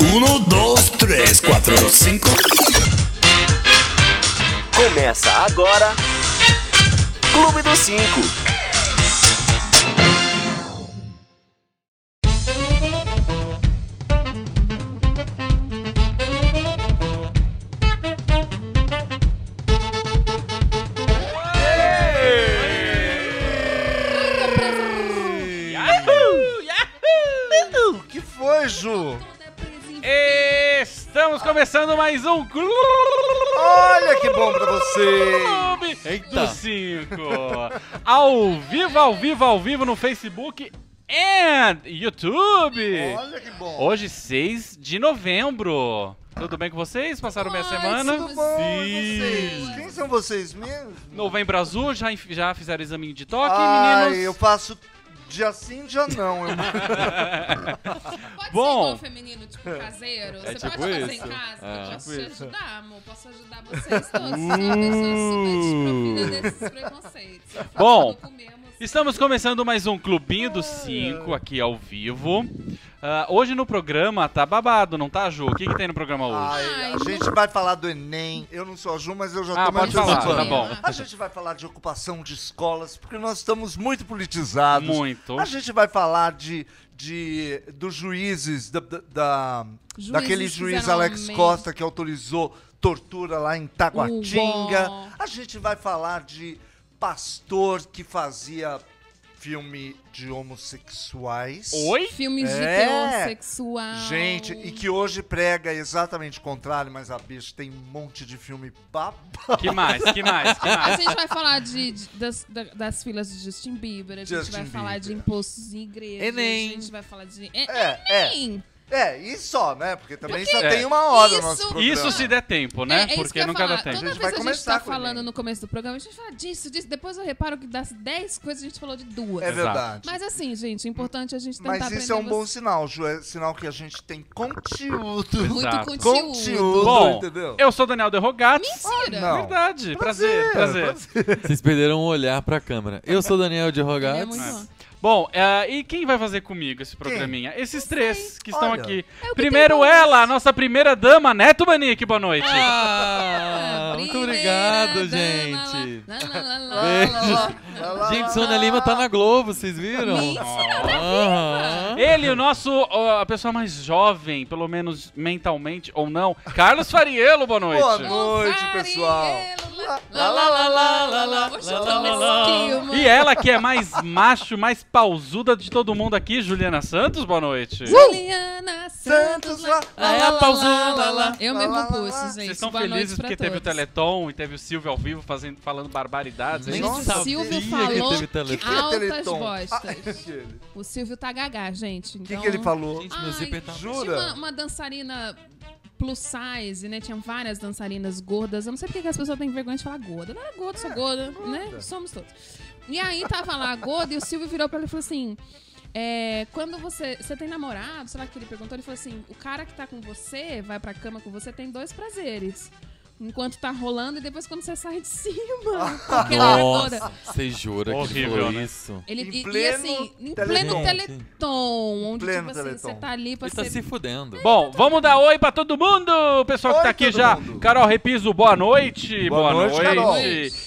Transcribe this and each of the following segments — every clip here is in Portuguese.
Um, dois, três, quatro, cinco. Começa agora. Clube dos Cinco. que foi, Ju? Estamos começando mais um Clube Olha que bom pra você! Eita. do Cinco. ao vivo, ao vivo, ao vivo no Facebook e YouTube. Olha que bom! Hoje, 6 de novembro. Tudo bem com vocês? Passaram minha semana? Tudo bom? E vocês? Quem são vocês mesmo? Novembro azul, já, enf- já fizeram examinho de toque, Ai, meninos? Ah, eu faço dia sim, dia não. Eu- Pode Bom. ser igual feminino, tipo caseiro. você tipo pode fazer isso. em casa. É. Eu posso Tipo te isso. ajudar, amor. Posso ajudar vocês todos. Eu sou uma pessoa super desprovida desses preconceitos. Eu falo Bom. tudo com mesmo, assim. Estamos começando mais um Clubinho dos Cinco aqui ao vivo. Ah, hoje no programa tá babado, não tá, Ju? O que, que tem no programa hoje? Ai, a Ai, gente vai falar do Enem. Eu não sou a Ju, mas eu já Ah, tô me pode falar, adiantando. tá bom. A gente vai falar de ocupação de escolas, porque nós estamos muito politizados. Muito. A gente vai falar de, de dos juízes, da, da- da- Juízes daquele juiz fizeram um Alex amém. Costa que autorizou tortura lá em Taguatinga. Uó. A gente vai falar de pastor que fazia filme de homossexuais. Oi? Filmes É. de teor sexual. Gente, e que hoje prega exatamente o contrário, mas a bicha tem um monte de filme babado. Que mais? Que mais? Que mais? A gente vai falar de, de- das, da- das filas de Justin Bieber, a gente Justin vai falar de Bieber. impostos em igreja, Enem. a gente vai falar de é, É, é. Enem. É, e só, né? Porque também só É. tem uma hora o Isso- nosso programa. Isso se der tempo, né? É, é isso que eu Porque ia nunca dá falar. tempo. Toda gente vai vez a gente começar tá com ele. falando no começo do programa, a gente fala disso, disso. Depois eu reparo que das 10 coisas a gente falou de duas. É verdade. Mas assim, gente, é importante a gente tentar Mas isso é um aprender bom você- sinal, Ju. É sinal que a gente tem conteúdo. muito Exato. conteúdo. Conteúdo, Bom, entendeu? Eu sou Daniel Derrogato. Mentira! Ah, não. Verdade. Prazer, prazer. Vocês perderam um olhar pra câmera. Eu sou Daniel de Ele Rogatis. é muito bom. Bom, eh, e quem vai fazer comigo esse programinha? Esses três que estão Olha. aqui. É o que Primeiro tem ela, a nossa primeira dama, Neto Manique. Boa noite. Ah, muito obrigado, Primeira É, dama, gente. lá, lá, lá, lá, lá, Beijo. lá. Gente, Sônia Lima tá na Globo, vocês viram? Aham. Ele, o nosso, ó, a pessoa mais jovem, pelo menos mentalmente ou não, Carlos Fariello, boa noite. Boa noite, pessoal. Lá, lá, lá, lá, lá, lá, Poxa, eu tô lá, nesse lá. clima. E ela que é mais macho, mais pausuda de todo mundo aqui, Juliana Santos, boa noite. Juliana Santos, lá, lá, É a lá, lá, pausona, lá, lá. Eu Lá, mesmo lá, lá, pus, lá. gente. Vocês estão Boa felizes noite pra porque teve o todos. Teleton e teve o Silvio ao vivo fazendo, falando barbaridades. Nem Não- Ah, Nossa, Silvio sabia falou que teve Que tele... que é Altas Teleton? bostas. Ah, ele. O Silvio tá gaga, gente. então que, que ele falou? Gente, meu Ai, zíper tá... Ju- Tinha Jura? uma, uma dançarina plus size, né? Tinha várias dançarinas gordas. Eu não sei porque que as pessoas têm vergonha de falar gorda. Não é gorda, sou gorda, né? Somos todos. E aí tava lá a gorda e o Silvio virou pra ele e falou assim... é, quando você. Você tem namorado? Sei lá o que ele perguntou. Ele falou assim: o cara que tá com você, vai pra cama com você, tem dois prazeres. Enquanto tá rolando e depois quando você sai de cima. Porque ela era gorda. Nossa, você jura que ele Horrível, falou né? isso? Ele, Em e- e, pleno assim, Teleton. em pleno Gente. Teleton, onde Pleno tipo assim, Teleton. você tá ali pra Ele tá ser... se fudendo. Bom, vamos dar oi pra todo mundo, pessoal que Oi, tá aqui todo já. mundo. Carol Repiso, boa noite. Boa, Boa noite, Carol.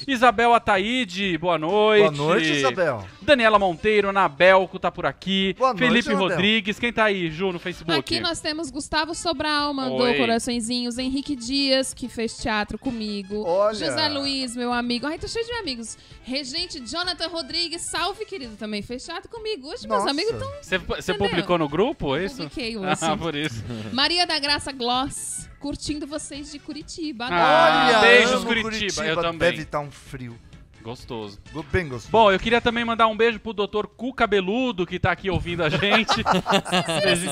Isabel Ataíde, boa noite. Boa noite, Isabel. Daniela Monteiro, Anabelco tá por aqui. Boa noite, Felipe Anabel. Rodrigues, quem tá aí, Ju, no Facebook? Aqui nós temos Gustavo Sobral, mandou Oi. coraçõezinhos, Henrique Dias, que fez teatro comigo, Olha. José Luiz, meu amigo, ai, tô cheio de amigos, Regente Jonathan Rodrigues, salve, querido, também fez teatro comigo, hoje meus Nossa. amigos estão Você- Você Entendeu? publicou no grupo, é isso? publiquei hoje. Ah, por isso. Maria da Graça Gloss, curtindo vocês de Curitiba, Ah, Olha, beijos, amo Curitiba, eu também. Deve estar um frio. Gostoso. Go- Bem gostoso. Bom, eu queria também mandar um beijo pro Dr. Cu Cabeludo, que tá aqui ouvindo a gente. essa Beijinho,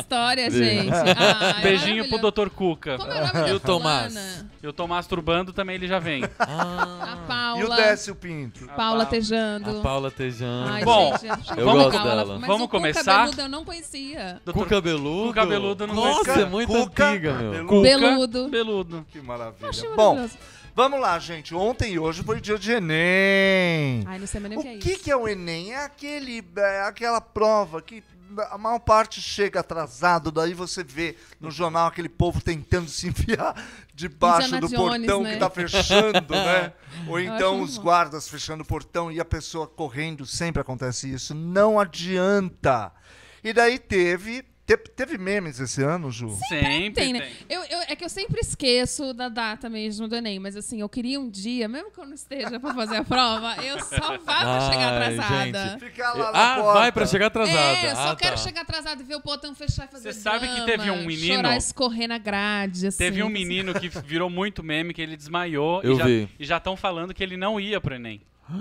história, gente. Ah, é beijinho pro Dr. maravilhoso. Cuca. Como é o nome E da o Tomás? fulana? Eu tô masturbando, também ele já vem. Ah, A e o Paula. Décio Pinto? Paula a Tejando. Paula Tejano. Ai, Bom, gente, acho eu legal gosto ela- dela. é mas Vamos o Cuca começar? Beludo eu não conhecia. Cu cabeludo. Cu cabeludo não Nossa, Cuca- é muito Cuca- antiga, meu. Cuca Beludo. Beludo. Que maravilha. Achei Bom, maravilhoso. vamos lá, gente. Ontem e hoje foi dia de Enem. Ai, não sei mais nem O o que é que, isso. que é o Enem? É, aquele, é aquela prova que a maior parte chega atrasado, daí você vê no jornal aquele povo tentando se enfiar debaixo do Indiana Jones, portão né? que tá fechando, né? Ou Eu então acho um os bom. guardas fechando o portão e a pessoa correndo, sempre acontece isso. Não adianta. E daí teve. te- Teve memes esse ano, Ju? Sempre Tem, né? Eu, eu- é que eu sempre esqueço da data mesmo do Enem, mas assim, eu queria um dia, mesmo que eu não esteja pra fazer a prova, eu só vá pra chegar Ai, atrasada. gente. Ficar lá na Ah, porta. vai pra chegar atrasada. É, eu só Ah, quero tá. chegar atrasada e ver o botão fechar e fazer Você sabe que drama, teve um menino- Chorar, escorrer na grade, assim. Teve um menino que virou muito meme, que ele desmaiou Eu e, já, vi. e já estão falando que ele não ia pro Enem.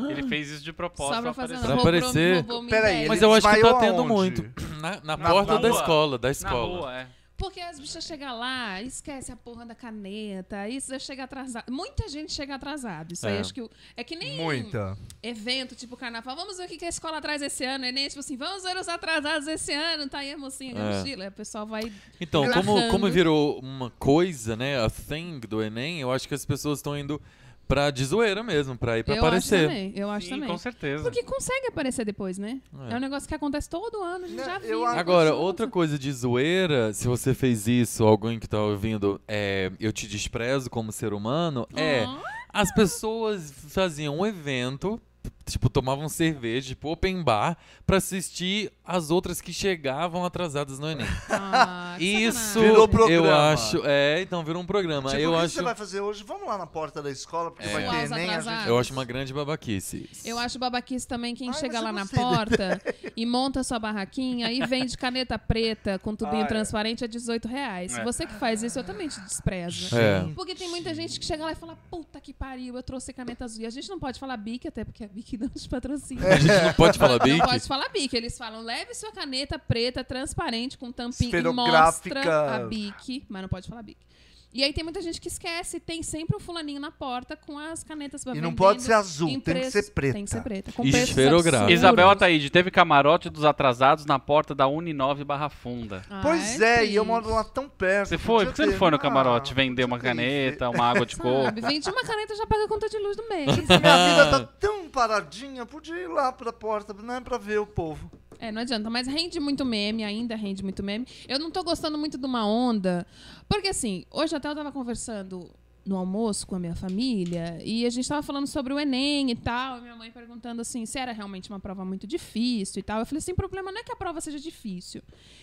Ele fez isso de propósito. Só pra fazer um aparecer. Pra roubou- aparecer. roubou minha Peraí, ideia. Mas Ele eu acho que tá desmaiou tendo aonde? muito. Na, Na na porta da rua. escola, da Na escola. rua, é. Porque as bichas chegam lá, esquece a porra da caneta, isso eu chego atrasado. Muita gente chega atrasado. Isso aí É. acho que. o- É que nem Muita. evento, tipo carnaval. Vamos ver o que que a escola traz esse ano. Enem, tipo assim, vamos ver os atrasados esse ano. Tá aí a mocinha com a É. mochila. Aí O pessoal vai. Então, como, Narrando. como virou uma coisa, né? A thing do Enem, eu acho que as pessoas estão indo pra de zoeira mesmo, pra ir pra eu acho aparecer. também. Eu acho Sim, também. com certeza. Porque consegue aparecer depois, né? É. um negócio que acontece todo ano, a gente Não, já eu viu. acho- Agora, outra coisa de zoeira, se você fez isso, alguém que tá ouvindo, é, eu te desprezo como ser humano, é. Ah. As pessoas faziam um evento, tipo, tomavam cerveja, tipo, open bar, pra assistir as outras que chegavam atrasadas no Enem. Ah, que Isso sacanagem. Virou um programa. eu acho. É, então virou um programa. Tipo, eu o que acho. você vai fazer hoje? Vamos lá na porta da escola, porque vai Zoar ter os Enem. A gente... atrasados. Eu acho uma grande babaquice. isso. Eu acho babaquice também quem Ai, chega mas eu lá na gostei da porta e monta sua barraquinha e vende caneta preta com tubinho Ah, é. transparente a 18 reais. É. Você que faz isso, eu também te desprezo. É. Porque tem muita gente que chega lá e fala, puta que pariu, eu trouxe caneta azul. E a gente não pode falar bique, até porque a bique não te patrocina. É, A gente não pode falar É. Não bem. pode falar bique. Eles falam, leve sua caneta preta, transparente, com tampinha e Esferográfica. mostra a bique, mas não pode falar bique. E aí tem muita gente que esquece, tem sempre um fulaninho na porta com as canetas E pra não vendendo pode ser azul, em tem que ser preta. Tem que ser preta. Com E preços esferográfica. absurdos. Isabel Ataíde teve camarote dos atrasados na porta da Uni9 Barra Funda. Ah, Pois é, e eu triste. moro lá tão perto. Você foi? Por que você não podia foi no ter- camarote Ah, vender uma podia ter ido. caneta, uma água de coco? Sabe, vende uma caneta já paga a conta de luz do mês. Minha vida tá Ah. tão paradinha, eu podia ir lá pra porta, não é pra ver o povo. É, não adianta, mas rende muito meme, ainda rende muito meme. Eu não tô gostando muito de uma onda, porque assim, hoje até eu tava conversando no almoço com a minha família e a gente tava falando sobre o Enem e tal, e minha mãe perguntando assim, se era realmente uma prova muito difícil e tal. Eu falei assim, o problema não é que a prova seja difícil.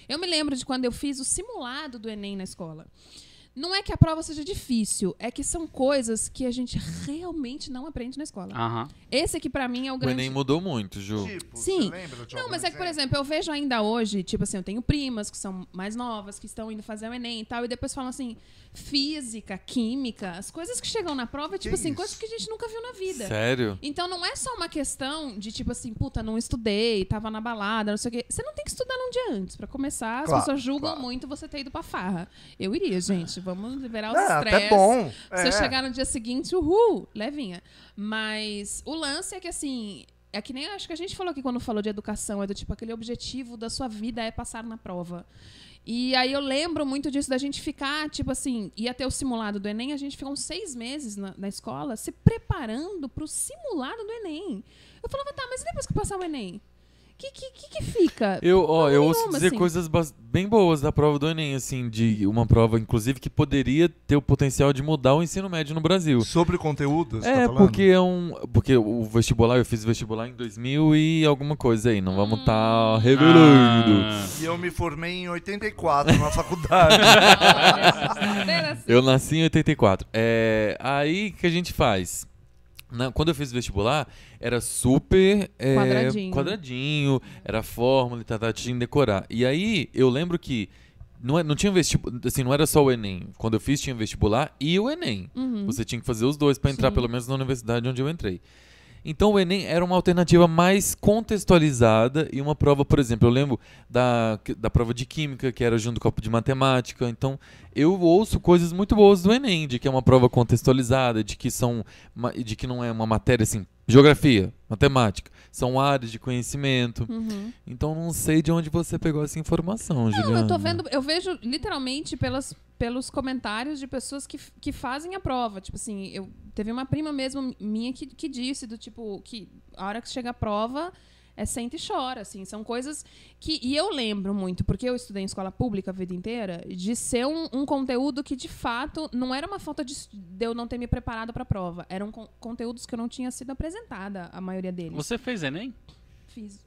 Eu me lembro de quando eu fiz o simulado do Enem na escola. Não é que a prova seja difícil, é que são coisas que a gente realmente não aprende na escola. Aham. Esse aqui pra mim é o O grande Enem mudou muito, Ju. Tipo, Sim. você lembra de não, algum mas é que, por exemplo? exemplo, eu vejo ainda hoje, tipo assim, eu tenho primas que são mais novas, que estão indo fazer o Enem e tal, e depois falam assim, física, química, as coisas que chegam na prova, é, tipo Que assim, isso? coisas que a gente nunca viu na vida. Sério? Então não é só uma questão de tipo assim, puta, não estudei, tava na balada, não sei o quê. Você não tem que estudar um dia antes. Pra começar, as Claro, pessoas julgam claro. muito você ter ido pra farra. Eu iria, gente. Vamos liberar os É, um estresse. até bom. Se É. eu chegar no dia seguinte, uhul, levinha. Mas o lance é que assim. É que nem acho que a gente falou aqui quando falou de educação, é do tipo, aquele objetivo da sua vida é passar na prova. E aí eu lembro muito disso da gente ficar, tipo assim, ia ter o simulado do Enem, a gente ficou uns seis meses na, na escola se preparando pro simulado do Enem. Eu falava, tá, mas e depois que eu passar o Enem? O que, que, que, que fica? Eu, ó, Porra eu ouço nenhuma, dizer assim. coisas bas- bem boas da prova do Enem, assim, de uma prova, inclusive, que poderia ter o potencial de mudar o ensino médio no Brasil. Sobre conteúdo, você tá É, falando? porque é um. Porque o vestibular, eu fiz vestibular em 2000 e alguma coisa aí, não vamos estar Hum. revelando. Ah. E eu me formei em 84 na faculdade. Era assim. Eu nasci em 84. É, aí o que a gente faz? Na- quando eu fiz vestibular, era super é, Quadradinho. quadradinho, era fórmula e tal, tal, tinha que decorar. E aí eu lembro que não, é- não tinha vestibular, assim, não era só o Enem. Quando eu fiz, tinha vestibular e o Enem. Você tinha que fazer os dois para entrar, Uhum. Sim. pelo menos, na universidade onde eu entrei. Então o Enem era uma alternativa mais contextualizada e uma prova, por exemplo, eu lembro da, da prova de química, que era junto com a de matemática. Então eu ouço coisas muito boas do Enem, de que é uma prova contextualizada, de que são ma- de que não é uma matéria assim, geografia, matemática, são áreas de conhecimento. Uhum. Então não sei de onde você pegou essa informação, Não, Juliana. eu tô vendo, eu vejo literalmente pelas, pelos comentários de pessoas que, f- que fazem a prova. Tipo assim, eu teve uma prima mesmo minha que, que disse do tipo que a hora que chega a prova é senta e chora, assim. São coisas que. E eu lembro muito, porque eu estudei em escola pública a vida inteira, de ser um, um conteúdo que, de fato, não era uma falta de, de eu não ter me preparado para a prova. Eram con- conteúdos que eu não tinha sido apresentada, a maioria deles. Ah, Você fez Enem? Fiz.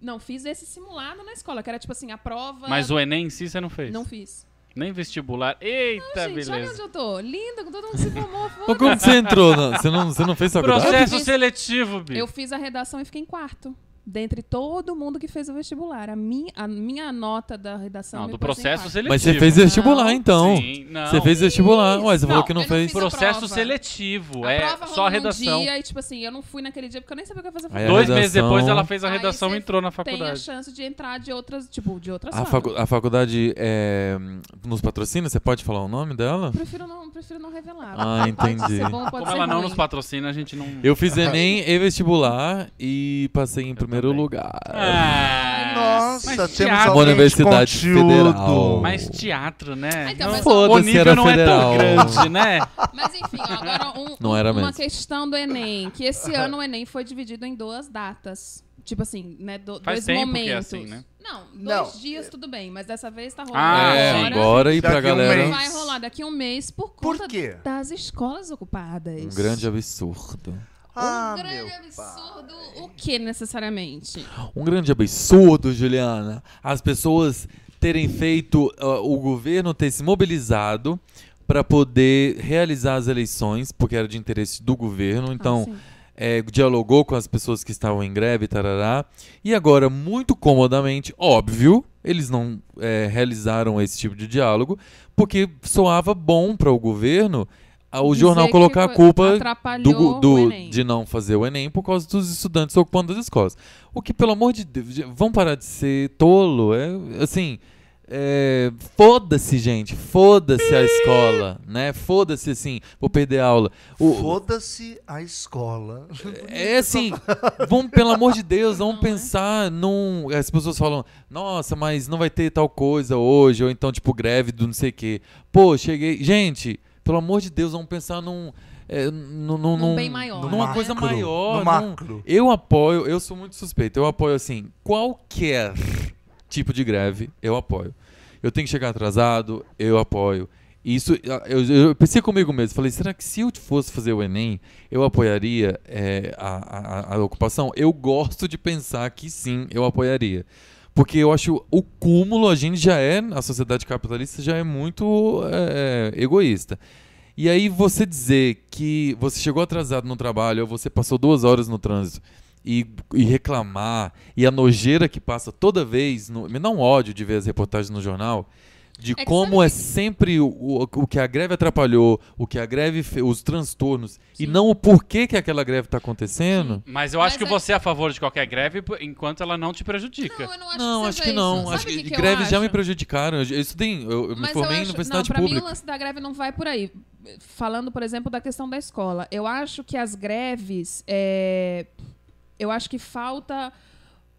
Não, fiz esse simulado na escola, que era tipo assim, a prova. Mas o Enem em si você não fez? Não fiz. Nem vestibular. Eita, Gente, olha onde beleza. eu tô. Linda, com todo mundo se formou. Mas foda-se. como você entrou? na- Você não, você não fez faculdade? Eu Processo fiz- seletivo, Bi. Eu fiz a redação e fiquei em quarto. Dentre todo mundo que fez o vestibular. A minha, a minha nota da redação. Não, me do pôs em processo quarto. seletivo. Mas você fez vestibular, então. Sim, não. Você fez vestibular. Ué, você falou que não eu não fez. fiz a Processo prova. seletivo. A é prova só a rolou Um redação. dia, e, tipo assim, eu não fui naquele dia porque eu nem sabia o que eu ia fazer. Aí a Dois É, redação- meses depois ela fez a Aí redação e você entrou na Tem a faculdade. chance de entrar de outras, tipo, de outras A, formas. facu- a faculdade é, nos patrocina? Você pode falar o nome dela? Prefiro não, prefiro não revelar. Ah, entendi. Pode ser bom, pode Como ser ela não ruim. nos patrocina, a gente não. Eu fiz Enem e vestibular e passei em também. primeiro lugar. Ah, Nossa, mas temos teatro, alguma alguém de Universidade conteúdo. Federal. Mas teatro, né? Ah, então, Não- mas- o Foda-se, nível era não federal. é tão grande, né? Mas enfim, ó, agora um- Não era uma mesmo. questão do Enem, que esse ano o Enem foi dividido em duas datas. Tipo assim, né? do- Faz dois tempo que é momentos. assim, né? Não, dois Não. dias tudo bem, mas dessa vez tá rolando Ah, é, sim. agora e Daqui pra um galera. mês. Vai rolar daqui a um mês por Por conta quê? das escolas ocupadas. Um grande absurdo. Ah, Um grande meu absurdo. O que necessariamente? Um grande absurdo, Juliana. As pessoas terem feito, ah, o governo ter se mobilizado para poder realizar as eleições, porque era de interesse do governo. Então, Ah, sim. é, dialogou com as pessoas que estavam em greve, tarará. E agora, muito comodamente, óbvio, eles não é, realizaram esse tipo de diálogo, porque soava bom para o governo ah, o Dizer jornal que colocar a foi- culpa do, atrapalhou gu- do- o Enem. de não fazer o Enem por causa dos estudantes ocupando as escolas. O que, pelo amor de Deus, gente, vamos parar de ser tolo. É, assim, é, foda-se, gente. Foda-se a escola, né? Foda-se, assim, vou perder a aula. O, Foda-se a escola. é assim, vamos, pelo amor de Deus, vamos pensar num. As pessoas falam, nossa, mas não vai ter tal coisa hoje, ou então, tipo, greve do não sei o quê. Pô, cheguei. Gente, pelo amor de Deus, vamos pensar num. É, num, num- Num num- bem maior. Numa No coisa macro, maior. no num- macro. Eu apoio, eu sou muito suspeito, eu apoio, assim, qualquer tipo de greve, eu apoio. Eu tenho que chegar atrasado, eu apoio. Isso, eu, eu pensei comigo mesmo, falei, será que se eu fosse fazer o Enem, eu apoiaria é, a, a- a ocupação? Eu gosto de pensar que sim, eu apoiaria. Porque eu acho o cúmulo, a gente já é, a sociedade capitalista já é muito é, egoísta. E aí você dizer que você chegou atrasado no trabalho, ou você passou duas horas no trânsito, e, e reclamar, e a nojeira que passa toda vez, no- me dá um ódio de ver as reportagens no jornal, de que como sabe é sempre o, o, o que a greve atrapalhou, o que a greve fez, os transtornos, e não o porquê que aquela greve está acontecendo. Mas eu acho Mas que é- você é a favor de qualquer greve p- enquanto ela não te prejudica. Não, eu não acho Não, que acho seja que isso. não. Sabe Acho o que, que eu greves já acho? me prejudicaram. Eu, eu estudei, eu, eu me Mas eu formei em acho- universidade não, pra pública. mim o lance da greve não vai por aí. Falando, por exemplo, da questão da escola. Eu acho que as greves. é, Eu acho que falta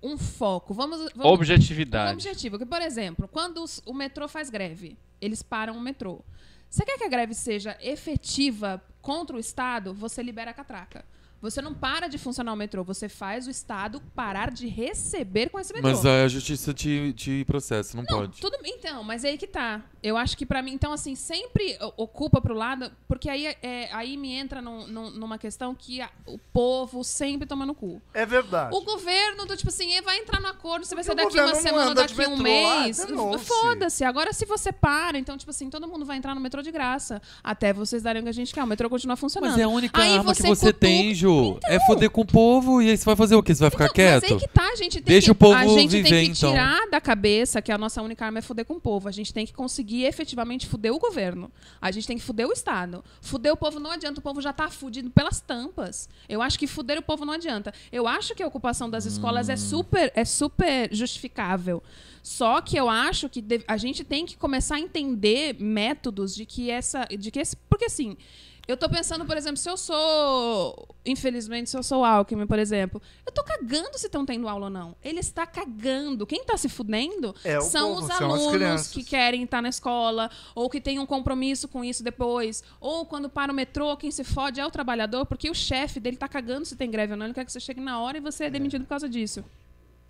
um foco. Vamos. vamos... Um Objetividade. objetivo. Que, por exemplo, quando os- o metrô faz greve, eles param o metrô. Você quer que a greve seja efetiva contra o Estado? Você libera a catraca. Você não para de funcionar o metrô, você faz o Estado parar de receber com esse metrô. Mas a justiça te, te processa, não, Não, pode. tudo então, mas é aí que tá. Eu acho que pra mim, então, assim, sempre o- ocupa pro lado, porque aí, é, aí me entra num- num- numa questão que a- o povo sempre toma no cu. É verdade. O governo do tipo assim, eh, vai entrar no acordo, você vai Porque o ser daqui uma governo não semana, anda daqui de um metrô, ah, mês. danou-se. Foda-se. Agora, se você para, então, tipo assim, todo mundo vai entrar no metrô de graça. Até vocês darem o que a gente quer. O metrô continua funcionando. Mas é a única Aí arma que você você cutuca- tem, Ju. É foder com o povo e aí você vai fazer o quê? Você vai ficar Então, quieto? Mas aí que tá, a gente tem Deixa que, o povo a gente viver, tem que então. tirar da cabeça que a nossa única arma é fuder com o povo. A gente tem que conseguir efetivamente fuder o governo. A gente tem que fuder o Estado. Fuder o povo não adianta, o povo já tá fudido pelas tampas. Eu acho que fuder o povo não adianta. Eu acho que a ocupação das escolas é Hum. super é super justificável. Só que eu acho que deve- a gente tem que começar a entender métodos de que essa de que esse, porque assim, eu tô pensando, por exemplo, se eu sou. Infelizmente, se eu sou Alckmin, por exemplo. Eu tô cagando se estão tendo aula ou não. Ele está cagando. Quem tá se fudendo É o são povo, os são as alunos crianças. que querem estar na escola, ou que tem um compromisso com isso depois. Ou quando para o metrô, quem se fode é o trabalhador, porque o chefe dele tá cagando se tem greve ou não. Ele quer que você chegue na hora e você é demitido por causa disso.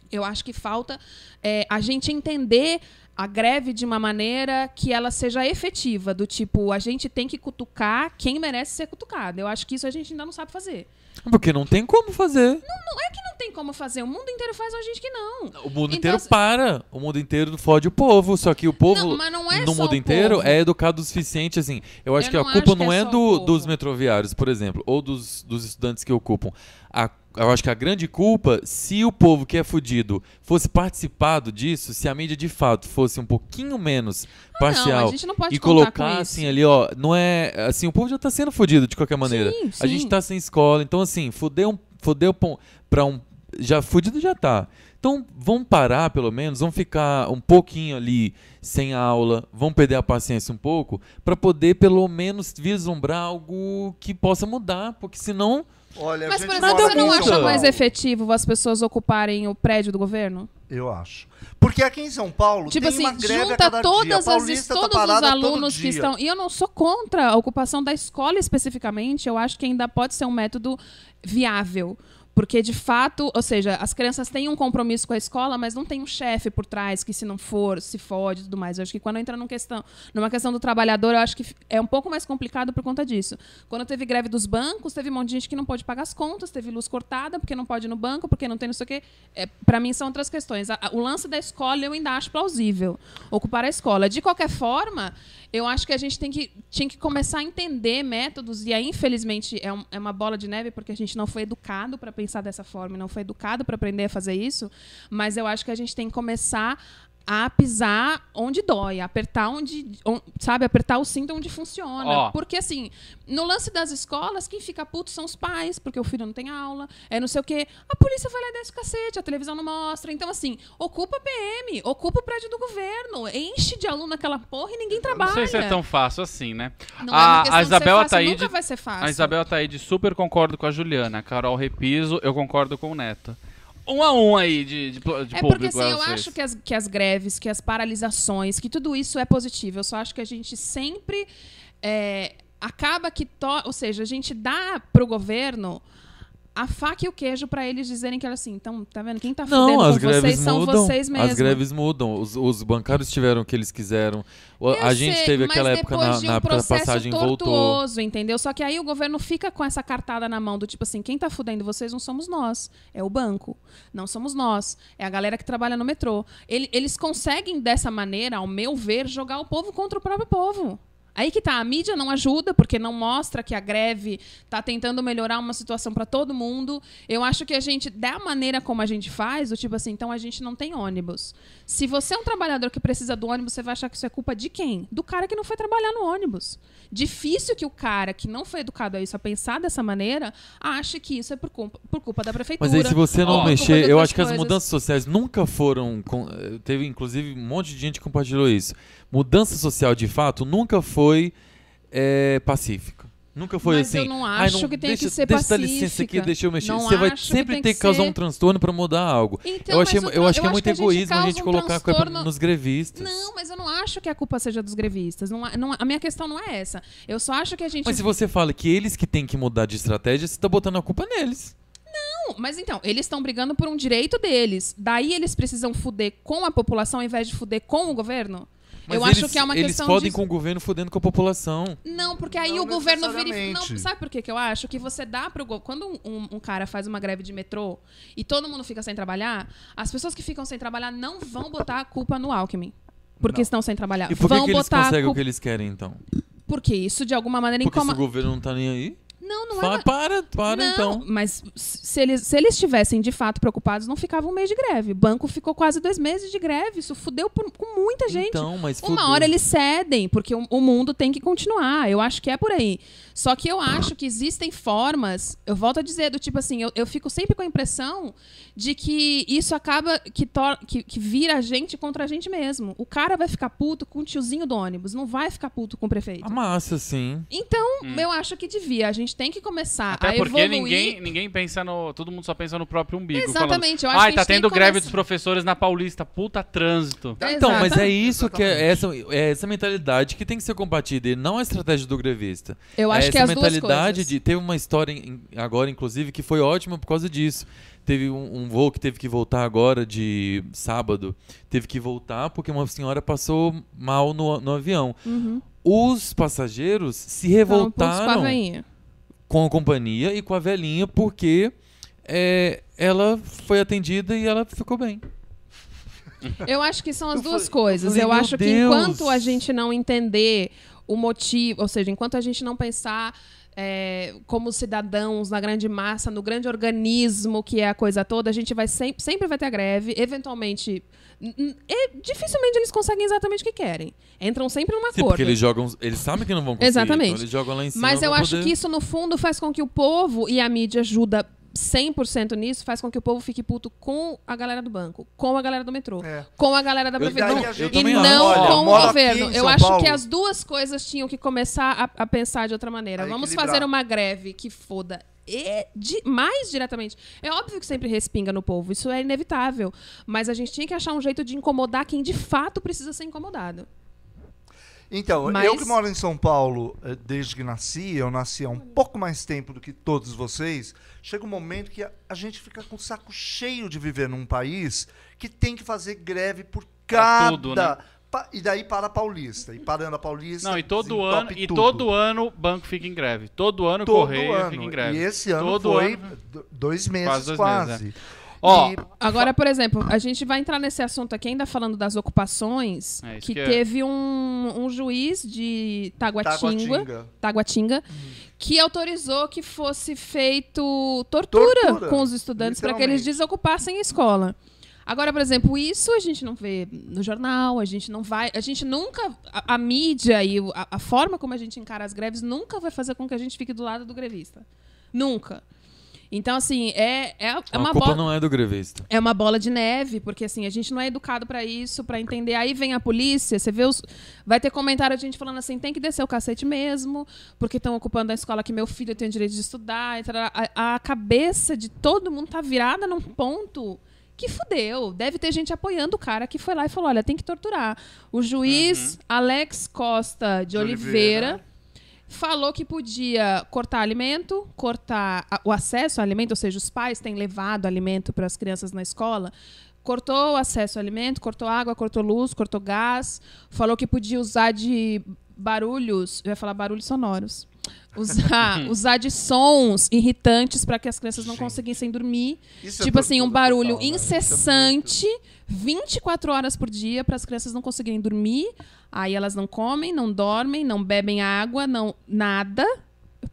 Eu acho que falta é, a gente entender a greve de uma maneira que ela seja efetiva, do tipo, a gente tem que cutucar quem merece ser cutucado. Eu acho que isso a gente ainda não sabe fazer. Porque não tem como fazer. Não é que não tem como fazer, o mundo inteiro faz, a gente que não. O mundo Então, inteiro se- para. O mundo inteiro fode o povo. Só que o povo Não, mas não é no só mundo o inteiro povo. é educado o suficiente, assim. Eu acho Eu que a não culpa acho que não é é, só o do, povo. dos metroviários, por exemplo, ou dos, dos estudantes que ocupam. A- eu acho que a grande culpa, se o povo que é fudido fosse participado disso, se a mídia de fato fosse um pouquinho menos parcial a gente Ah, não pode e contar com colocar isso. assim ali, ó, não é, assim, o povo já tá sendo fudido de qualquer maneira. Sim, A sim. gente tá sem escola, então assim, fudeu, um- fudeu pra um- pra um já fudido já tá. Então, vão parar pelo menos, vão ficar um pouquinho ali sem aula, vão perder a paciência um pouco pra poder pelo menos vislumbrar algo que possa mudar, porque senão Olha, Mas, a por gente exemplo, mora você não em muda. São acha mais Paulo. efetivo as pessoas ocuparem o prédio do governo? Eu acho. Porque aqui em São Paulo Tipo tem assim, uma greve a junta cada dia. A todas as Paulista tá todos os parada todo alunos que dia. estão. E eu não sou contra a ocupação da escola especificamente, eu acho que ainda pode ser um método viável. Porque, de fato, ou seja, as crianças têm um compromisso com a escola, mas não tem um chefe por trás que, se não for, se fode e tudo mais. Eu acho que quando entra num questão, numa questão do trabalhador, eu acho que é um pouco mais complicado por conta disso. Quando teve greve dos bancos, teve um monte de gente que não pôde pagar as contas, teve luz cortada, porque não pode ir no banco, porque não tem não sei o quê. É, para mim, são outras questões. A- a- o lance da escola eu ainda acho plausível. Ocupar a escola. De qualquer forma, eu acho que a gente tem que, tinha que começar a entender métodos, e aí, infelizmente, é, um- é uma bola de neve, porque a gente não foi educado para pensar dessa forma, e não foi educado para aprender a fazer isso, mas eu acho que a gente tem que começar a pisar onde dói, a apertar onde, on- sabe, apertar o cinto onde funciona. Ó. Porque assim, no lance das escolas, quem fica puto são os pais, porque o filho não tem aula, é não sei o quê. A polícia vai lá e desce o cacete, a televisão não mostra. Então assim, ocupa a PM, ocupa o prédio do governo, enche de aluno aquela porra e ninguém trabalha. Não sei se é tão fácil assim, né? Não é uma a, questão a de ser Isabel fácil, Ataíde nunca vai ser fácil. A Isabel Ataíde, super concordo com a Juliana. A Carol Repiso, eu concordo com o Neto. Um a um aí de, de, pl- de É público. porque assim, a eu vocês. acho que as, que as greves, que as paralisações, que tudo isso é positivo. Eu só acho que a gente sempre é, acaba que. To... Ou seja, a gente dá pro governo a faca e o queijo pra eles dizerem que era assim. Então, tá vendo? Quem tá fudendo não, as com greves vocês são mudam. vocês mesmos. As greves mudam. Os, os bancários tiveram o que eles quiseram. O- Eu a gente sei, teve mas aquela época depois na, de na um época da processo passagem voltou. tortuoso, entendeu? Só que aí o governo fica com essa cartada na mão do tipo assim, quem tá fudendo vocês não somos nós, é o banco, não somos nós, é a galera que trabalha no metrô. Ele- eles conseguem dessa maneira, ao meu ver, jogar o povo contra o próprio povo. Aí que tá, a mídia não ajuda, porque não mostra que a greve tá tentando melhorar uma situação para todo mundo. Eu acho que a gente, da maneira como a gente faz, do tipo assim, então a gente não tem ônibus. Se você é um trabalhador que precisa do ônibus, você vai achar que isso é culpa de quem? Do cara que não foi trabalhar no ônibus. Difícil que o cara que não foi educado a isso, a pensar dessa maneira, ache que isso é por culpa, por culpa da prefeitura. Mas aí, se você ou não por culpa de mexer, eu outras acho que as coisas. mudanças sociais nunca foram. com- eh, Teve, inclusive, um monte de gente que compartilhou isso. Mudança social, de fato, nunca foi eh, pacífica. Nunca foi Mas assim. eu não "Ai, acho que tem que deixa, ser deixa eu dar licença aqui, pacífica. deixa eu mexer. Não Você vai acho que sempre tem ter que causar ser- um transtorno pra mudar algo. Então, eu, mas achei, o eu tra- acho que é eu muito acho que a gente egoísmo a causa gente um colocar a culpa transtorno- nos grevistas. Não, mas eu não acho que a culpa seja dos grevistas. Não, a- não- a minha questão não é essa. Eu só acho que a gente. Mas se você fala que eles que têm que mudar de estratégia, você tá botando a culpa neles. Não, mas então, eles estão brigando por um direito deles. Daí eles precisam fuder com a população ao invés de fuder com o governo? Mas eu eles, acho que é uma eles questão. fodem de... com o governo fodendo com a população. Não, porque aí Não o governo vira e- não, necessariamente. Sabe por que que eu acho? Que você dá pro. go- Quando um, um- um cara faz uma greve de metrô e todo mundo fica sem trabalhar, as pessoas que ficam sem trabalhar não vão botar a culpa no Alckmin. Porque estão sem trabalhar. E por que, vão que eles botar a conseguem o que culpa- eles querem, então? Porque isso, de alguma maneira, Porque se o incomoda. governo não tá nem aí, Não, não é. fala, uma- para, para não, então. Mas se eles, se eles tivessem de fato preocupados, não ficava um mês de greve. O banco ficou quase dois meses de greve. Isso fudeu por- com muita gente. Então, mas Uma fudeu. hora eles cedem, porque o, o mundo tem que continuar. Eu acho que é por aí. Só que eu acho que existem formas, eu volto a dizer, do tipo assim, eu, eu fico sempre com a impressão de que isso acaba que, tor- que, que vira a gente contra a gente mesmo. O cara vai ficar puto com o tiozinho do ônibus, não vai ficar puto com o prefeito. A massa, sim. Então, eu acho que devia. A gente tem que começar Até a porque evoluir. ninguém, ninguém pensa no. Todo mundo só pensa no próprio umbigo. Exatamente, eu falando, acho Ai, que tá a gente tem tendo que greve começar- dos professores na Paulista. Puta trânsito. Então, mas é isso que é essa, Exatamente. é essa mentalidade que tem que ser combatida e não a estratégia do grevista. Eu acho essa que é as duas mentalidade coisas. de teve uma história em- agora inclusive que foi ótima por causa disso. Teve um, um voo que teve que voltar agora de sábado. Teve que voltar porque uma senhora passou mal no, no avião. Uhum. Os passageiros se Então, putz, com a revoltaram veinha. com a companhia e com a velhinha porque é, ela foi atendida e ela ficou bem. Eu acho que são as Eu duas falei- eu coisas. falei, Eu meu acho que Deus. enquanto a gente não entender o motivo, ou seja, enquanto a gente não pensar é, como cidadãos na grande massa, no grande organismo que é a coisa toda, a gente vai sempre, sempre vai ter a greve, eventualmente. n- n- e dificilmente eles conseguem exatamente o que querem. Entram sempre num Sim, acordo. porque eles jogam. Eles sabem que não vão conseguir. Exatamente. então eles jogam lá em cima. Mas eu pra acho poder- que isso, no fundo, faz com que o povo, e a mídia ajuda 100% nisso, faz com que o povo fique puto com a galera do banco, com a galera do metrô, É. com a galera da Eu- prefeitura. daí a gente- e também não acho. Olha, com moro o aqui governo. em Eu São acho Paulo. que as duas coisas tinham que começar a, a pensar de outra A maneira. Vamos equilibrar. fazer uma greve que foda. E de- mais diretamente. É óbvio que sempre respinga no povo, isso é inevitável. Mas a gente tinha que achar um jeito de incomodar quem de fato precisa ser incomodado. Então, Mas- eu que moro em São Paulo eh, desde que nasci, eu nasci há um pouco mais tempo do que todos vocês. Chega um momento que a, a gente fica com o saco cheio de viver num país que tem que fazer greve por Pra cada. tudo, né? pa- e daí para a Paulista. E parando a Paulista. Não, e todo desentope ano, e tudo. todo ano o banco fica em greve. Todo ano o Todo correio ano. fica em greve. E esse ano todo foi ano. do- dois meses Quase quase. dois meses, né? Ó, E- tá Agora, por exemplo, a gente vai entrar nesse assunto aqui, ainda falando das ocupações, É, isso que que é. teve um, um juiz de Taguatinga, Taguatinga. Taguatinga. Uhum. que autorizou que fosse feito tortura, Tortura, com os estudantes para que eles literalmente. desocupassem a escola. Agora, por exemplo, isso a gente não vê no jornal, a gente não vai. A gente nunca. A, a mídia e o- a, a forma como a gente encara as greves nunca vai fazer com que a gente fique do lado do grevista. Nunca. Então, assim, é, é, é A uma culpa bola. não é do grevista. É uma bola de neve, porque assim, a gente não é educado pra isso, pra entender. Aí vem a polícia, você vê os. Vai ter comentário de gente falando assim: tem que descer o cacete mesmo, porque estão ocupando a escola que meu filho tem o direito de estudar. e tarará. A, a cabeça de todo mundo tá virada num ponto que fudeu. Deve ter gente apoiando o cara que foi lá e falou: olha, tem que torturar. O juiz Alex Costa de De Oliveira. Oliveira. Falou que podia cortar alimento, cortar a- o acesso ao alimento, ou seja, os pais têm levado alimento para as crianças na escola. Cortou o acesso ao alimento, cortou água, cortou luz, cortou gás. Falou que podia usar de barulhos, eu ia falar barulhos sonoros. Usar, usar de sons irritantes para que as crianças não Gente. conseguissem dormir. Isso é tipo assim, um tortura total, barulho né? Isso é incessante, 24 horas por dia, para as crianças não conseguirem dormir. Aí elas não comem, não dormem, não bebem água, não nada,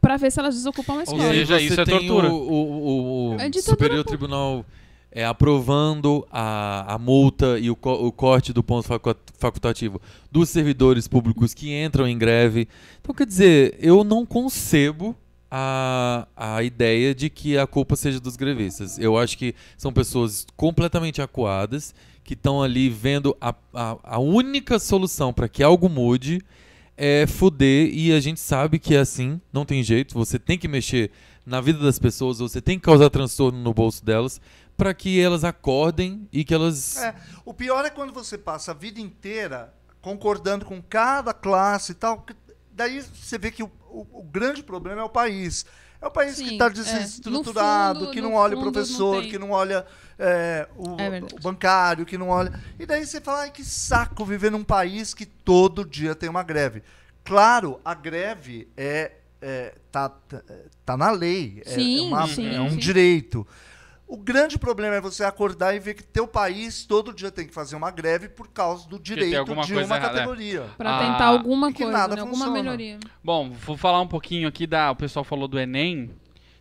para ver se elas desocupam a Ou escola. seja, seja, isso isso é tem tortura. O, o- o- o É ditadura Superior pura. Tribunal é, aprovando a, a multa e o, co- o corte do ponto facu- facultativo dos servidores públicos que entram em greve. Então, quer dizer, eu não concebo a, a ideia de que a culpa seja dos grevistas. Eu acho que são pessoas completamente acuadas que estão ali vendo a, a, a única solução para que algo mude é fuder e a gente sabe que é assim, não tem jeito, você tem que mexer na vida das pessoas, você tem que causar transtorno no bolso delas para que elas acordem e que elas É, o pior é quando você passa a vida inteira concordando com cada classe e tal. que Daí você vê que o, o- o grande problema é o país. É o país que Sim, está é. desestruturado, No fundo- que no não olha o fundo não professor, tem. que não olha é, o, É verdade. o bancário, que não olha. E daí você fala, ai, que saco viver num país que todo dia tem uma greve. Claro, a greve é, é tá, tá- tá na lei. é- Sim, é, uma- sim, é um sim. direito. O grande problema é você acordar e ver que teu país todo dia tem que fazer uma greve por causa do tem direito alguma de coisa uma errada, é. categoria. Pra Ah, tentar alguma que coisa, nada né? alguma funciona. melhoria. Bom, vou falar um pouquinho aqui da. O pessoal falou do Enem.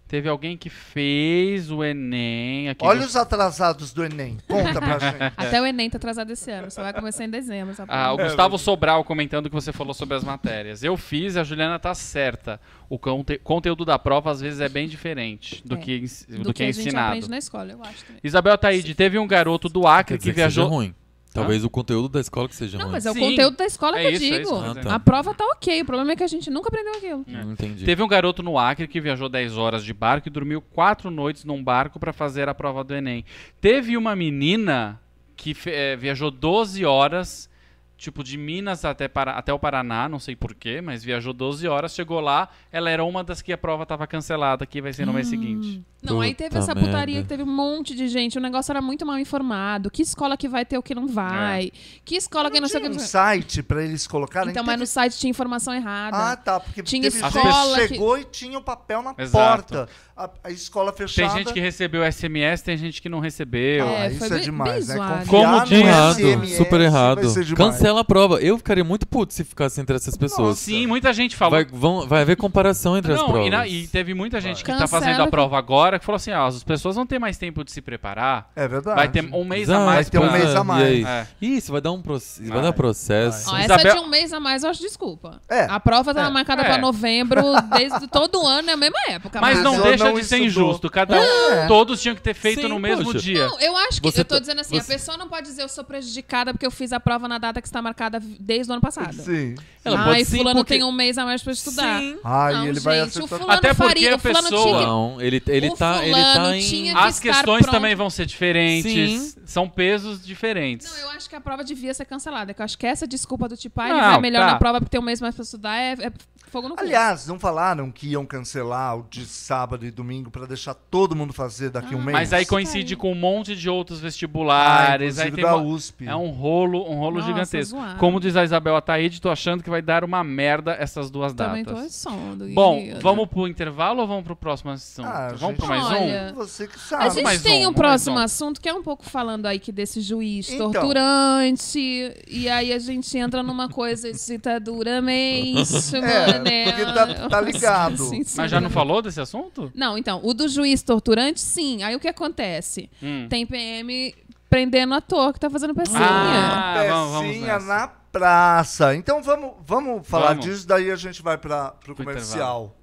Teve alguém que fez o Enem. Aqui Olha no- os atrasados do Enem. Conta pra gente. Até o Enem tá atrasado esse ano, só vai começar em dezembro. essa É. Ah, o porra. Gustavo Sobral comentando o que você falou sobre as matérias. Eu fiz, a Juliana tá certa. O conte- conteúdo da prova às vezes é bem diferente do É, que, ens- do do, que é a gente ensinado. aprende né? na escola, eu acho também. Isabel Taíde, teve um garoto do Acre Quer que dizer, viajou. seja ruim. Talvez o conteúdo da escola que seja Não, ruim. mas é o Sim. conteúdo da escola É que eu isso, é isso digo. que eu tô dizendo. A prova tá ok, o problema é que a gente nunca aprendeu aquilo. Não entendi. Teve um garoto no Acre que viajou 10 horas de barco e dormiu 4 noites num barco para fazer a prova do Enem. Teve uma menina que fe- eh, viajou 12 horas tipo, de Minas até, para, até o Paraná, não sei porquê, mas viajou 12 horas, chegou lá, ela era uma das que a prova tava cancelada, que vai ser no Hum, mês seguinte. Não, aí teve Puta essa putaria merda. que teve um monte de gente. O negócio era muito mal informado. Que escola que vai ter o que não vai? Que escola que não sei o que. Tinha um não sei- site pra eles colocarem. Então, mas Teve- no site tinha informação errada. Ah, tá. Porque Tinha teve gente escola que que- chegou e tinha o papel na Exato. porta. A, a escola Tem fechada. gente que recebeu SMS, tem gente que não recebeu. Ah, É, foi isso é bem- demais, bem né? zoado. Confiar Como no tinha errado, SMS super Vai errado. ser demais. Cancela a prova. Eu ficaria muito puto se ficasse entre essas pessoas. Sim, muita gente falou. Vai, vão, vai haver comparação entre as Não, provas. e, na- e um teve muita gente que tá Cancela fazendo a que- prova agora que falou assim: ah, as pessoas vão ter mais tempo de se preparar. É verdade. Vai ter um mês Exato. a mais Vai ter um pra- mês a mais. E aí? É. Isso, vai dar um processo. Vai Vai. dar processo. Ó, Isabel- Essa de um mês a mais, eu acho desculpa. É. A prova tava É. marcada É. pra novembro, desde todo ano, é a mesma época. Mas não Ela deixa não de ser estudou. injusto. Cada um, É. todos tinham que ter feito Sim, no mesmo poxa. dia. Não, eu acho que. Você eu tô tá- dizendo assim, você- a pessoa não pode dizer eu sou prejudicada porque eu fiz a prova na data que está marcada desde o ano passado. Sim. Ela Ai, pode sim, fulano porque- tem um mês a mais pra estudar. Sim. Ai, Não, ele gente, vai o acertar. fulano Até porque faria, a o fulano pessoa- tinha Não, ele, ele, O tá, ele tá fulano em. tinha que As estar questões pronto. também vão ser diferentes. São pesos que... diferentes. Não, eu acho que a prova devia ser cancelada. Que eu acho que essa desculpa do tipo, ah, Não, ele vai melhor tá. na prova porque tem um mês mais pra estudar é, é fogo no cu. Aliás, não falaram que iam cancelar o de sábado e domingo pra deixar todo mundo fazer daqui um Ah. mês? Mas aí Isso aí. coincide com um monte de outros ah, vestibulares. aí inclusive tem da uma- USP. É um rolo, um rolo Nossa, gigantesco. zoado. Como diz a Isabel Ataíde, tô achando que vai dar uma merda essas duas também tô assim, datas. som é um do Bom, querido. vamos pro intervalo ou vamos pro próximo assunto? Ah, vamos pro gente, mais um? Olha, Você que A sabe. gente mais tem um, um, mais próximo um. assunto que é um pouco falando aí que desse juiz Então. torturante. E aí a gente entra numa coisa de tá duramente, É, mané. porque tá- tá ligado. Sim, um? sim. Mas já não falou desse assunto? Não, então, o do juiz torturante, sim. Aí o que acontece? Hum. Tem PM prendendo ator que tá fazendo pecinha. Ah, vamos, vamos Pecinha nessa. na praça. Então vamos, vamos falar Vamos. disso, daí a gente vai para pro Pro comercial.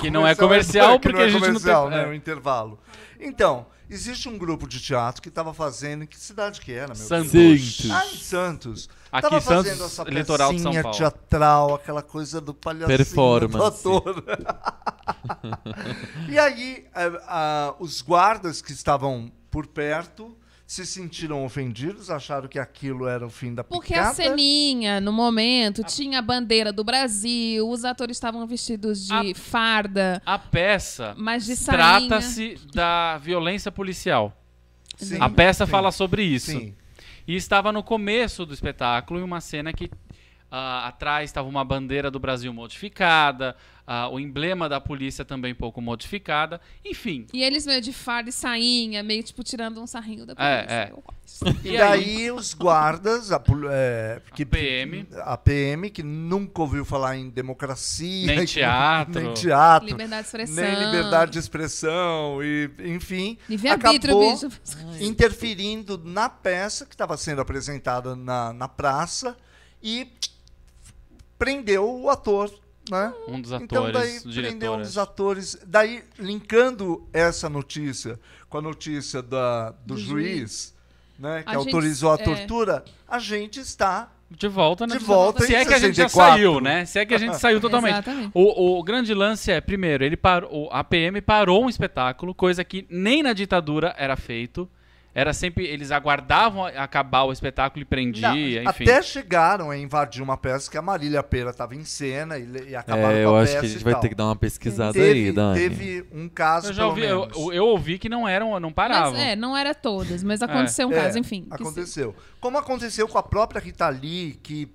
Que não é comercial, Comercial que porque não é a gente não tem... comercial, né? é. O intervalo. Então, existe um grupo de teatro que estava fazendo. Em que cidade que era, meu? Santos. Santos. Ah, em Santos. Aqui Tava em Santos, fazendo essa litoral de São pecinha Paulo. teatral, aquela coisa do palhacinho Performance. do ator. e aí, ah, ah, os guardas que estavam por perto se sentiram ofendidos, acharam que aquilo era o fim da Porque picada. a ceninha, no Ah. momento, tinha a bandeira do Brasil, os atores estavam vestidos de A- farda, A peça mas de sainha. Ah. trata-se da violência policial. Sim, a peça sim, fala sobre isso. Sim. E estava no começo do espetáculo em uma cena que ah, atrás estava uma bandeira do Brasil modificada, ah, o emblema da polícia também pouco modificada, enfim. E eles meio de farda e sainha, meio tipo tirando um sarrinho da É, polícia. é. Eu gosto. E, E daí os guardas, a, pol- é, que- PM. a PM, que nunca ouviu falar em democracia, Nem que não- teatro. nem teatro, Liberdade de expressão. nem liberdade de expressão, e enfim, Livre-arbítrio, acabou bicho. interferindo na peça que estava sendo apresentada na, na praça e prendeu o ator, né? Um dos Então daí atores, o prendeu diretor. um dos atores. Daí, linkando essa notícia com a notícia da, do, Do juiz, né, que A gente- autorizou a é. tortura, a gente está De volta, né? De volta Se em é que a gente já 64. saiu, né? Se é que a gente saiu totalmente. Exatamente. O, o grande lance é, primeiro, ele parou, a PM parou um espetáculo, coisa que nem na ditadura era feito. Era sempre. Eles aguardavam acabar o espetáculo e prendiam, Não, enfim. Até chegaram a invadir uma peça que a Marília Pera estava em cena e, le- e acabaram É, com a eu acho peça que a gente e vai tal. ter que dar uma pesquisada teve, aí, Dani. teve um caso, Eu já ouvi, pelo eu, menos. eu ouvi que não eram, não paravam. Mas, é, não era todas, mas aconteceu um É, caso, enfim. que se- Aconteceu. Como aconteceu com a própria Rita Lee, que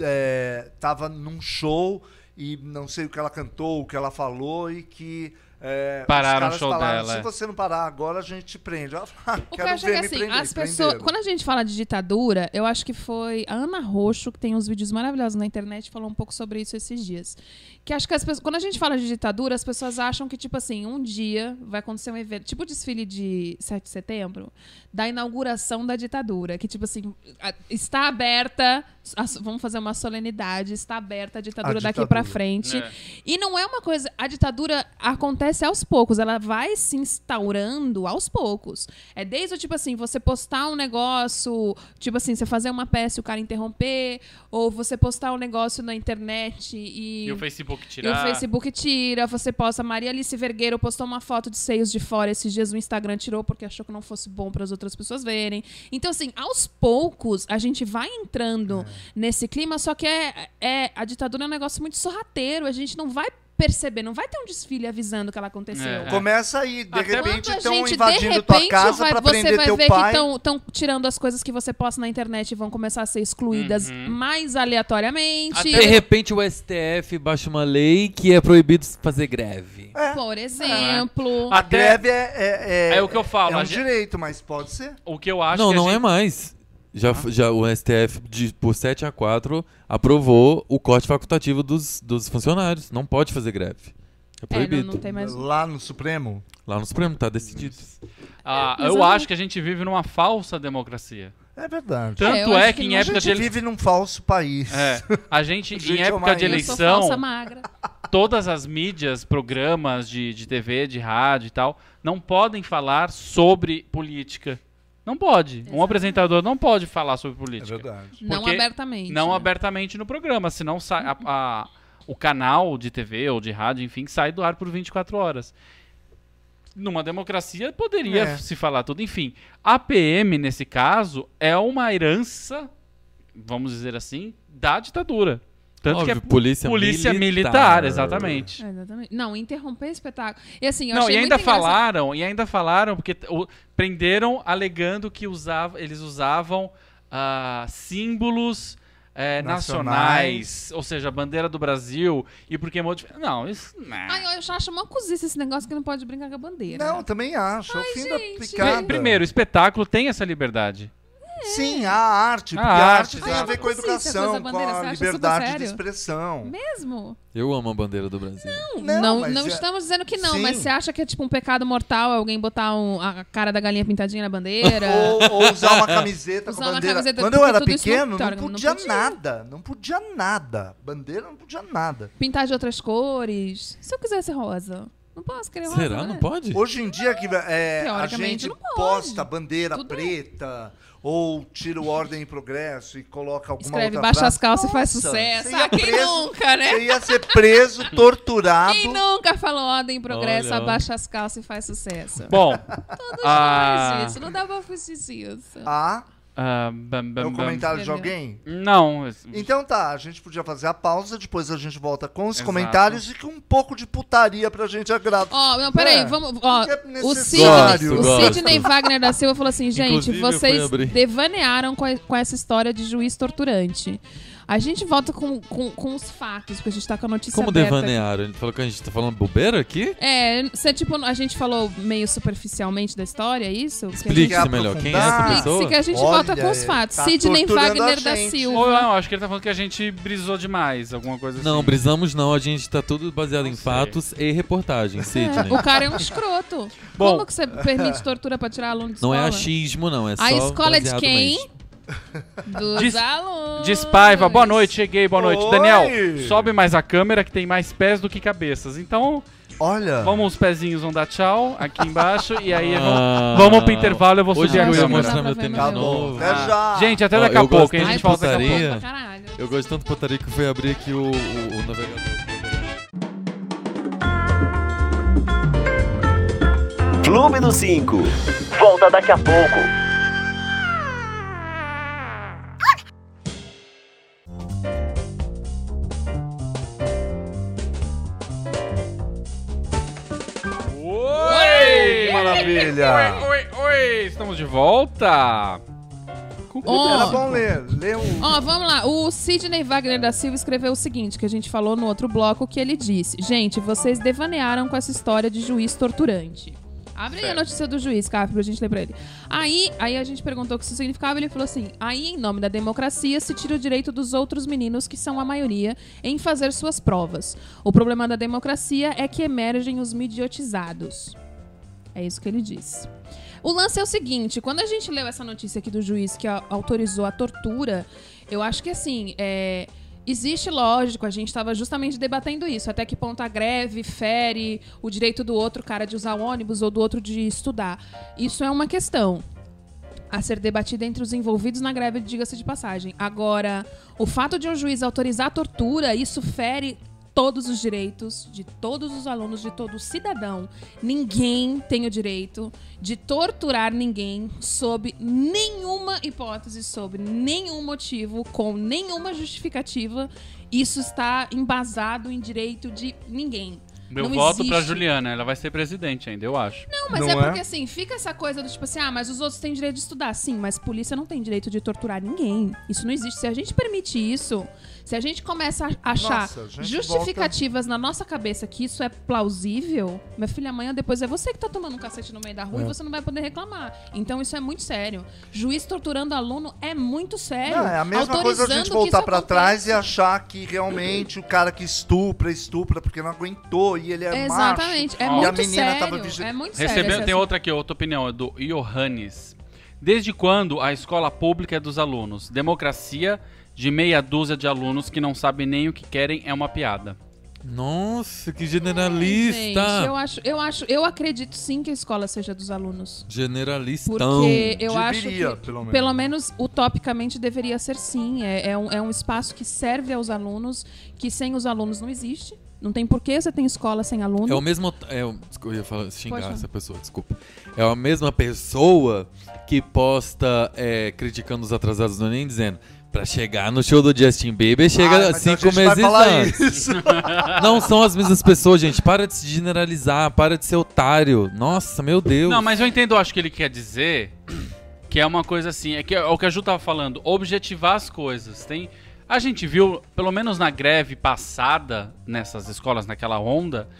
é, tava num show e não sei o que ela cantou, o que ela falou e que. é, Pararam os caras o show falaram, dela, Se é. você não parar agora, a gente te prende. Ela falou, "Ah, O que eu quero acho é ver que me assim, prender. as pessoas. prenderam. Quando a gente fala de ditadura, eu acho que foi a Ana Roxo, que tem uns vídeos maravilhosos na internet, falou um pouco sobre isso esses dias. Que acho que as pessoas. Quando a gente fala de ditadura, as pessoas acham que, tipo assim, um dia vai acontecer um evento. Tipo o desfile de 7 de setembro, da inauguração da ditadura. Que, tipo assim, a- está aberta. a- vamos fazer uma solenidade, está aberta a ditadura, daqui pra ditadura. frente. É. E não é uma coisa. A ditadura acontece aparecer aos poucos, ela vai se instaurando aos poucos. É desde, o tipo assim, você postar um negócio, tipo assim, você fazer uma peça e o cara interromper, ou você postar um negócio na internet e... E o Facebook E o tirar. Facebook tira, você posta. Maria Alice Vergueiro postou uma foto de seios de fora esses dias, o Instagram tirou porque achou que não fosse bom para as outras pessoas verem. Então, assim, aos poucos a gente vai entrando É. nesse clima, só que é, é- a ditadura é um negócio muito sorrateiro, a gente não vai perceber, não vai ter um desfile avisando que ela aconteceu. É. Começa aí, de Até repente Quando a estão gente, invadindo de repente, tua casa vai- pra você prender vai teu ver pai. que estão tirando as coisas que você posta na internet e vão começar a ser excluídas mais aleatoriamente. Uhum. Até De repente o STF baixa uma lei que é proibido fazer greve. É, Por exemplo. A Até- greve é, é, É o que eu falo, É um a gente- direito, mas pode ser. O que eu acho não, que a não é gente- mais. Já, Ah. f- já o STF, de- por 7 a 4, aprovou o corte facultativo dos, dos funcionários. Não pode fazer greve. É É, proibido. não, não tem mais. Lá no Supremo. Lá no Supremo tá decidido. Ah, É, eu exatamente. acho que a gente vive numa falsa democracia. É verdade. Tanto eu é, acho que que em não. A época gente de ele... vive num falso país. É, a gente, Gente, em é época uma de ilha. Eu sou falsa eleição, magra. todas as mídias, programas de, de TV, de rádio e tal, não podem falar sobre política. Não pode. Um apresentador não pode falar sobre É política. verdade. Não Porque abertamente. não né? abertamente no programa, senão sai a- a- o canal de TV ou de rádio, enfim, sai do ar por 24 horas. Numa democracia poderia É. se falar tudo. Enfim, a PM, nesse caso, é uma herança, vamos dizer assim, da ditadura. Tanto Óbvio, que é pu- polícia, polícia militar, militar exatamente. É, Exatamente. Não, interromper espetáculo. E assim, eu Não, achei e ainda muito engraçado. falaram, e ainda falaram, porque t- o- prenderam alegando que usava, eles usavam ah, símbolos eh, nacionais, Nacionais. ou seja, a bandeira do Brasil, e porque modificaram. Não, isso. né. Não. Ai, eu já acho uma cozice esse negócio que não pode brincar com a bandeira. Não, também acho. é o fim né? gente. da Pri- picada. Primeiro, o espetáculo tem essa liberdade. Sim, a arte. A porque a arte, arte tem a exato. ver com a Ai, eu não consigo essa educação, coisa com bandeira, a você acha super liberdade de sério? expressão. Mesmo? Eu amo a bandeira do Brasil. Não, não, mas é- estamos dizendo que não, Sim. mas você acha que é tipo um pecado mortal alguém botar um- a cara da galinha pintadinha na bandeira? Ou, ou usar uma camiseta Usar com uma bandeira. camiseta, Quando eu era tudo isso não- pequeno, não teórico, não podia podia. nada. Não podia nada. Bandeira não podia nada. pintar de outras cores? Se eu quisesse rosa. Não posso querer rosa. Será? né? Não pode? Hoje em dia que é, a Teoricamente, gente não pode. posta bandeira Tudo é. preta ou tira o ordem em progresso e coloca alguma Escreve, outra baixa frase. as calças e faz Nossa, sucesso. você ia Ah, quem preso- nunca, né? Você ia ser preso, torturado. Quem nunca falou ordem em progresso, Olha. abaixa as calças e faz sucesso? Bom. Todos Ah. nós, gente, não dá pra fugir disso. Ah, ah, bam, é bam, o bam. comentário de Entendeu? alguém? Não. es- Então tá, a gente podia fazer a pausa, depois a gente volta com os Exato. comentários e com um pouco de putaria pra gente agradar. Ó, não, peraí, É, vamos. Ó, porque é o Sidney, necessário. o Gosto, Sidney Wagner da Silva falou assim: gente, Inclusive, eu fui vocês abrir. devanearam com, a- com essa história de juiz torturante. A gente volta com, com, com os fatos, porque a gente tá com a notícia Como aberta. devanearam? Ele falou que a gente tá falando bobeira aqui? É, você, tipo, a gente falou meio superficialmente da história, é isso? Que a Explique gente- se melhor. Quem é essa aprofundar? Explique-se pessoa? que a gente Olha, volta com os fatos. tá Sidney torturando a Wagner da gente. Ou Silva. não, acho que ele tá falando que a gente brisou demais, alguma coisa assim. Não, brisamos não. A gente tá tudo baseado em sei. fatos e reportagens, É, Sidney. o cara é um escroto. Bom. Como que você permite tortura pra tirar aluno de Não escola? é achismo, não. É só A escola é de baseado quem? mesmo. Dos Dis- alunos. Diz Paiva, boa noite, cheguei, boa noite. Oi! Daniel, sobe mais a câmera que tem mais pés do que cabeças. Então, Olha, vamos, os pezinhos vão dar tchau aqui embaixo e aí vamos, Ah, vamos pro intervalo, eu vou Hoje subir a eu Não ia dá câmera. pra mostrar meu ver tênis meu tá novo. bom. É Até já. Gente, até Ó, daqui eu a pouco, gostei hein? A de gente volta daqui a pouco. putaria. Pra caralho. Eu gosto tanto de putaria que eu fui abrir aqui o, o, o navegador. Clube do 5. Volta daqui a pouco. Oi! Maravilha. Oi, oi, estamos de volta. Era Ó, bom ler. Ler um. ó, vamos lá. O Sidney Wagner da Silva escreveu o seguinte, que a gente falou no outro bloco, que ele disse... Gente, vocês devanearam com essa história de juiz torturante. Abre aí a notícia do juiz, Café, pra gente ler pra ele. Aí, aí a gente perguntou o que isso significava, ele falou assim... Aí, em nome da democracia, se tira o direito dos outros meninos, que são a maioria, em fazer suas provas. O problema da democracia é que emergem os midiotizados. É isso que ele disse. O lance é o seguinte: quando a gente leu essa notícia aqui do juiz que a- autorizou a tortura, eu acho que assim, é, Existe, lógico, a gente estava justamente debatendo isso. Até que ponto a greve fere o direito do outro cara de usar o ônibus ou do outro de estudar. Isso é uma questão a ser debatida entre os envolvidos na greve, diga-se de passagem. Agora, o fato de um juiz autorizar a tortura, isso fere todos os direitos de todos os alunos, de todo cidadão. Ninguém tem o direito de torturar ninguém sob nenhuma hipótese, sob nenhum motivo, com nenhuma justificativa. Isso está embasado em direito de ninguém. Meu Não voto pra existe. Juliana, ela vai ser presidente ainda, eu acho. Não, mas Não é é? porque assim, fica essa coisa do tipo assim, ah, mas os outros têm direito de estudar. Sim, mas polícia não tem direito de torturar ninguém. Isso não existe. Se a gente permite isso, se a gente começa a achar Nossa, a gente justificativas na nossa cabeça que isso é plausível, minha filha, amanhã depois é você que tá tomando um cacete no meio da rua É. e você não vai poder reclamar. Então isso é muito sério. Juiz torturando aluno é muito sério. Não, é a mesma coisa a Autorizando gente que voltar isso pra trás e aconteça. achar que realmente o cara que estupra, estupra porque não aguentou e ele é Exatamente. macho. e É a muito menina sério. tava vigi- É muito sério. Recebeu, esse tem um assunto. outra aqui, outra opinião, é do Johannes. Desde quando a escola pública é dos alunos? Democracia de meia dúzia de alunos que não sabem nem o que querem é uma piada. Nossa, que Gente, eu generalista! acho, eu acho, eu acredito sim que a escola seja dos alunos. Generalistão. Porque eu Deveria, acho que, pelo menos. pelo menos utopicamente, deveria ser sim. É, é um, é um espaço que serve aos alunos, que sem os alunos não existe. Não tem porquê você tem escola sem aluno. É o mesmo. É, o- desculpa, eu ia falar, xingar Uhum. Pode falar. essa pessoa, desculpa. É a mesma pessoa que posta é, criticando os atrasados do Enem, dizendo. Pra chegar no show do Justin Bieber, Ai, chega Ah, mas então a cinco gente vai meses falar antes. isso. Não são as mesmas pessoas, gente. Para de se generalizar, para de ser otário. Nossa, meu Deus. Não, mas eu entendo, eu acho que ele quer dizer que é uma coisa assim, é, que é o que a Ju tava falando, objetivar as coisas. Tem, a gente viu, pelo menos na greve passada, nessas escolas, naquela onda,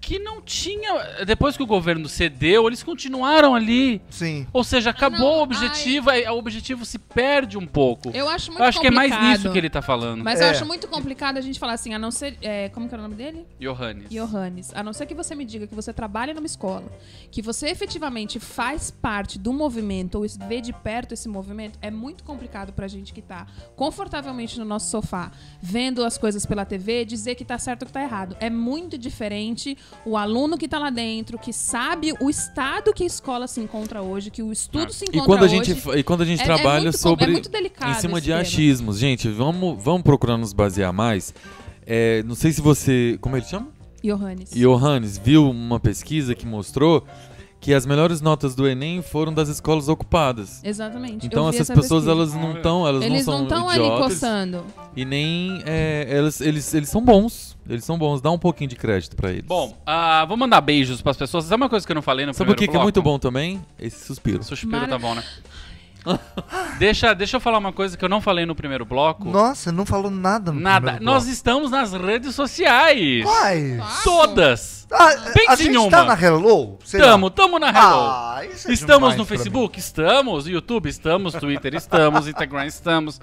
que não tinha. Depois que o governo cedeu, eles continuaram ali. Sim. Ou seja, acabou Ah, não, o objetivo, aí o objetivo se perde um pouco. Eu, Eu acho muito acho que é mais complicado. nisso que ele tá falando. Mas eu É. acho muito complicado a gente falar assim, a não ser. é, como que era o nome dele? Johannes. Johannes, a não ser que você me diga que você trabalha numa escola, que você efetivamente faz parte do movimento ou vê de perto esse movimento, é muito complicado pra gente que tá confortavelmente no nosso sofá, vendo as coisas pela TV, dizer que tá certo ou que tá errado. É muito diferente o aluno que tá lá dentro, que sabe o estado que a escola se encontra hoje, que o estudo se Ah. E encontra quando, a hoje. gente, fa- e quando a gente É- é trabalha muito com- sobre. é muito delicado em cima esse de tema. achismos. Gente, vamos, vamos procurar nos basear mais. É, não sei se você. Como ele chama? Johannes. Johannes viu uma pesquisa que mostrou que as melhores notas do Enem foram das escolas ocupadas. Exatamente. eu Então vi essas essa pessoas pesquisa. elas não estão, elas Eles não não são estão ali idiotas coçando. e nem é, elas, eles eles são bons, eles são bons. Dá um pouquinho de crédito pra eles. Bom, ah, vou mandar beijos pras pessoas. Sabe uma coisa que eu não falei no sabe o primeiro que, que é bloco? muito bom também? Esse suspiro. Suspiro Mara- tá bom, né? deixa, deixa eu falar uma coisa que eu não falei no primeiro bloco. Nossa, não falou nada no Nada. primeiro Nós bloco. estamos nas redes sociais. Quais? Claro. Todas. Ah, Pense a gente em uma. tá na Hello? Sei lá. Tamo, tamo na Hello. Ah, isso é estamos demais no pra mim. Facebook? Estamos. YouTube? Estamos. Twitter? Estamos. Instagram? Estamos.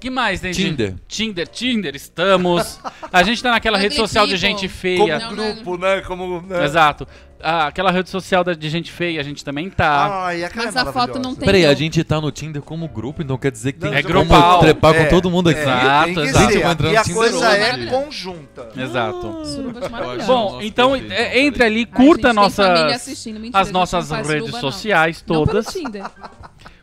que mais, né, gente? Tinder. Tinder, Tinder, estamos. A gente tá naquela Ugly rede social de people. gente Como feia. Não, grupo, né? Como... Né? Exato. Ah, aquela rede social da- de gente feia, a gente também tá. Ai, aquela Mas é a foto não maravilhosa. tem. Peraí, a não. gente tá no Tinder como grupo, então quer dizer que tem É que grupal. tá trepar com É, todo mundo aqui. é, Exato, tem que exato. ser. Gente, eu entro no E a Tinder coisa hoje. é conjunta. Exato. Suruba de maravilhosa. Bom, Nossa, então perfeito. é, entre ali, Ai, gente, curta tem família nossas, assistindo. Mentira, as gente, nossas não faz redes suruba, não. sociais Não pelo todas. Tinder.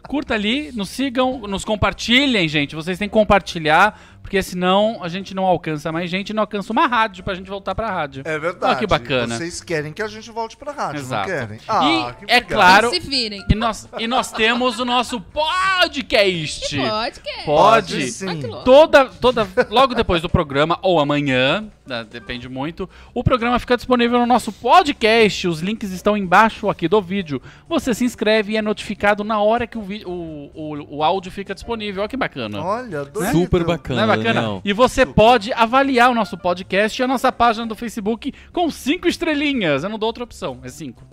Curta ali, nos sigam, nos compartilhem, gente. Vocês têm que compartilhar, porque senão a gente não alcança mais gente e não alcança uma rádio pra gente voltar pra rádio. É verdade. Olha que bacana. Vocês querem que a gente volte pra rádio, Exato. não querem? Ah, e que é legal. claro, Se virem. e nós, e nós temos o nosso podcast. Pode, que é. Pode. Pode Ah, que sim. louco. Toda, toda, logo depois do programa, ou amanhã, né, depende muito, o programa fica disponível no nosso podcast. Os links estão embaixo aqui do vídeo. Você se inscreve e é notificado na hora que o, vi- o, o, o áudio fica disponível. Olha que bacana. Olha, doido. Super Não é bacana, bacana? Daniel. E você pode avaliar o nosso podcast e a nossa página do Facebook com cinco estrelinhas. Eu não dou outra opção, é cinco.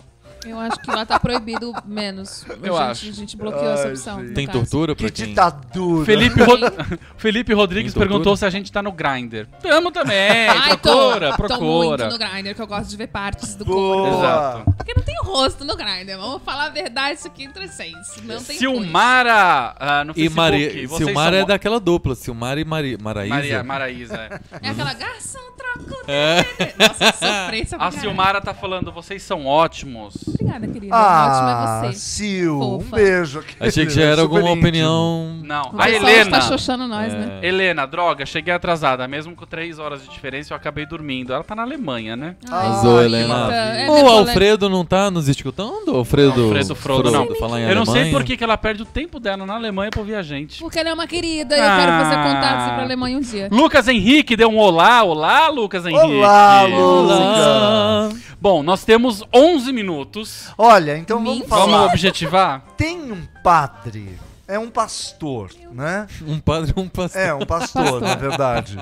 Eu acho que lá tá proibido menos. A gente, acho. A gente bloqueou essa Ai, opção. gente. no Tem caso. tortura Que pra quem? ditadura. Felipe, Ro- Felipe Rodrigues Tem tortura? perguntou se a gente tá no Grindr. Tamo também. Ai, tô- É, procura, tô, procura. muito no Grindr, que eu gosto de ver partes do Boa. corpo. Exato. Porque não tem rosto no Grindr. Vamos falar a verdade, isso aqui entre seis. Não tem Silmara ah, no E Facebook. Mari... vocês Silmara são- é daquela dupla, Silmara e Mari... Maraísa. Maria, Maraísa. é. coisa. É aquela garçom, troca o dedo. Nossa, eu sofri essa A Silmara tá falando, vocês são ótimos. Obrigada, querida. Ah, Ótimo é você. Sil, um Fofa. beijo. Achei que já querida, era super alguma íntimo. opinião... Não. O A pessoal Helena. tá xoxando nós, né? É. Helena, droga, cheguei atrasada. Mesmo com três horas de diferença, eu acabei dormindo. Ela tá na Alemanha, né? Ai, Ah, Zoe, bonita. Helena. É, o né, Alfredo não tá nos escutando? Alfredo, Alfredo Frodo, não. falar em eu não sei Alemanha. por que que ela perde o tempo dela na Alemanha pra ouvir a gente. Porque ela é uma querida e eu quero fazer Ah. contato pra Alemanha um dia. Lucas Henrique deu um olá, olá, Lucas Henrique. Olá, Lu. Olá. Bom, nós temos 11 minutos. Olha, então vamos Mentira. falar. Vamos objetivar? Tem um padre, é um pastor, né? Um padre e um pastor. É, um pastor, na verdade.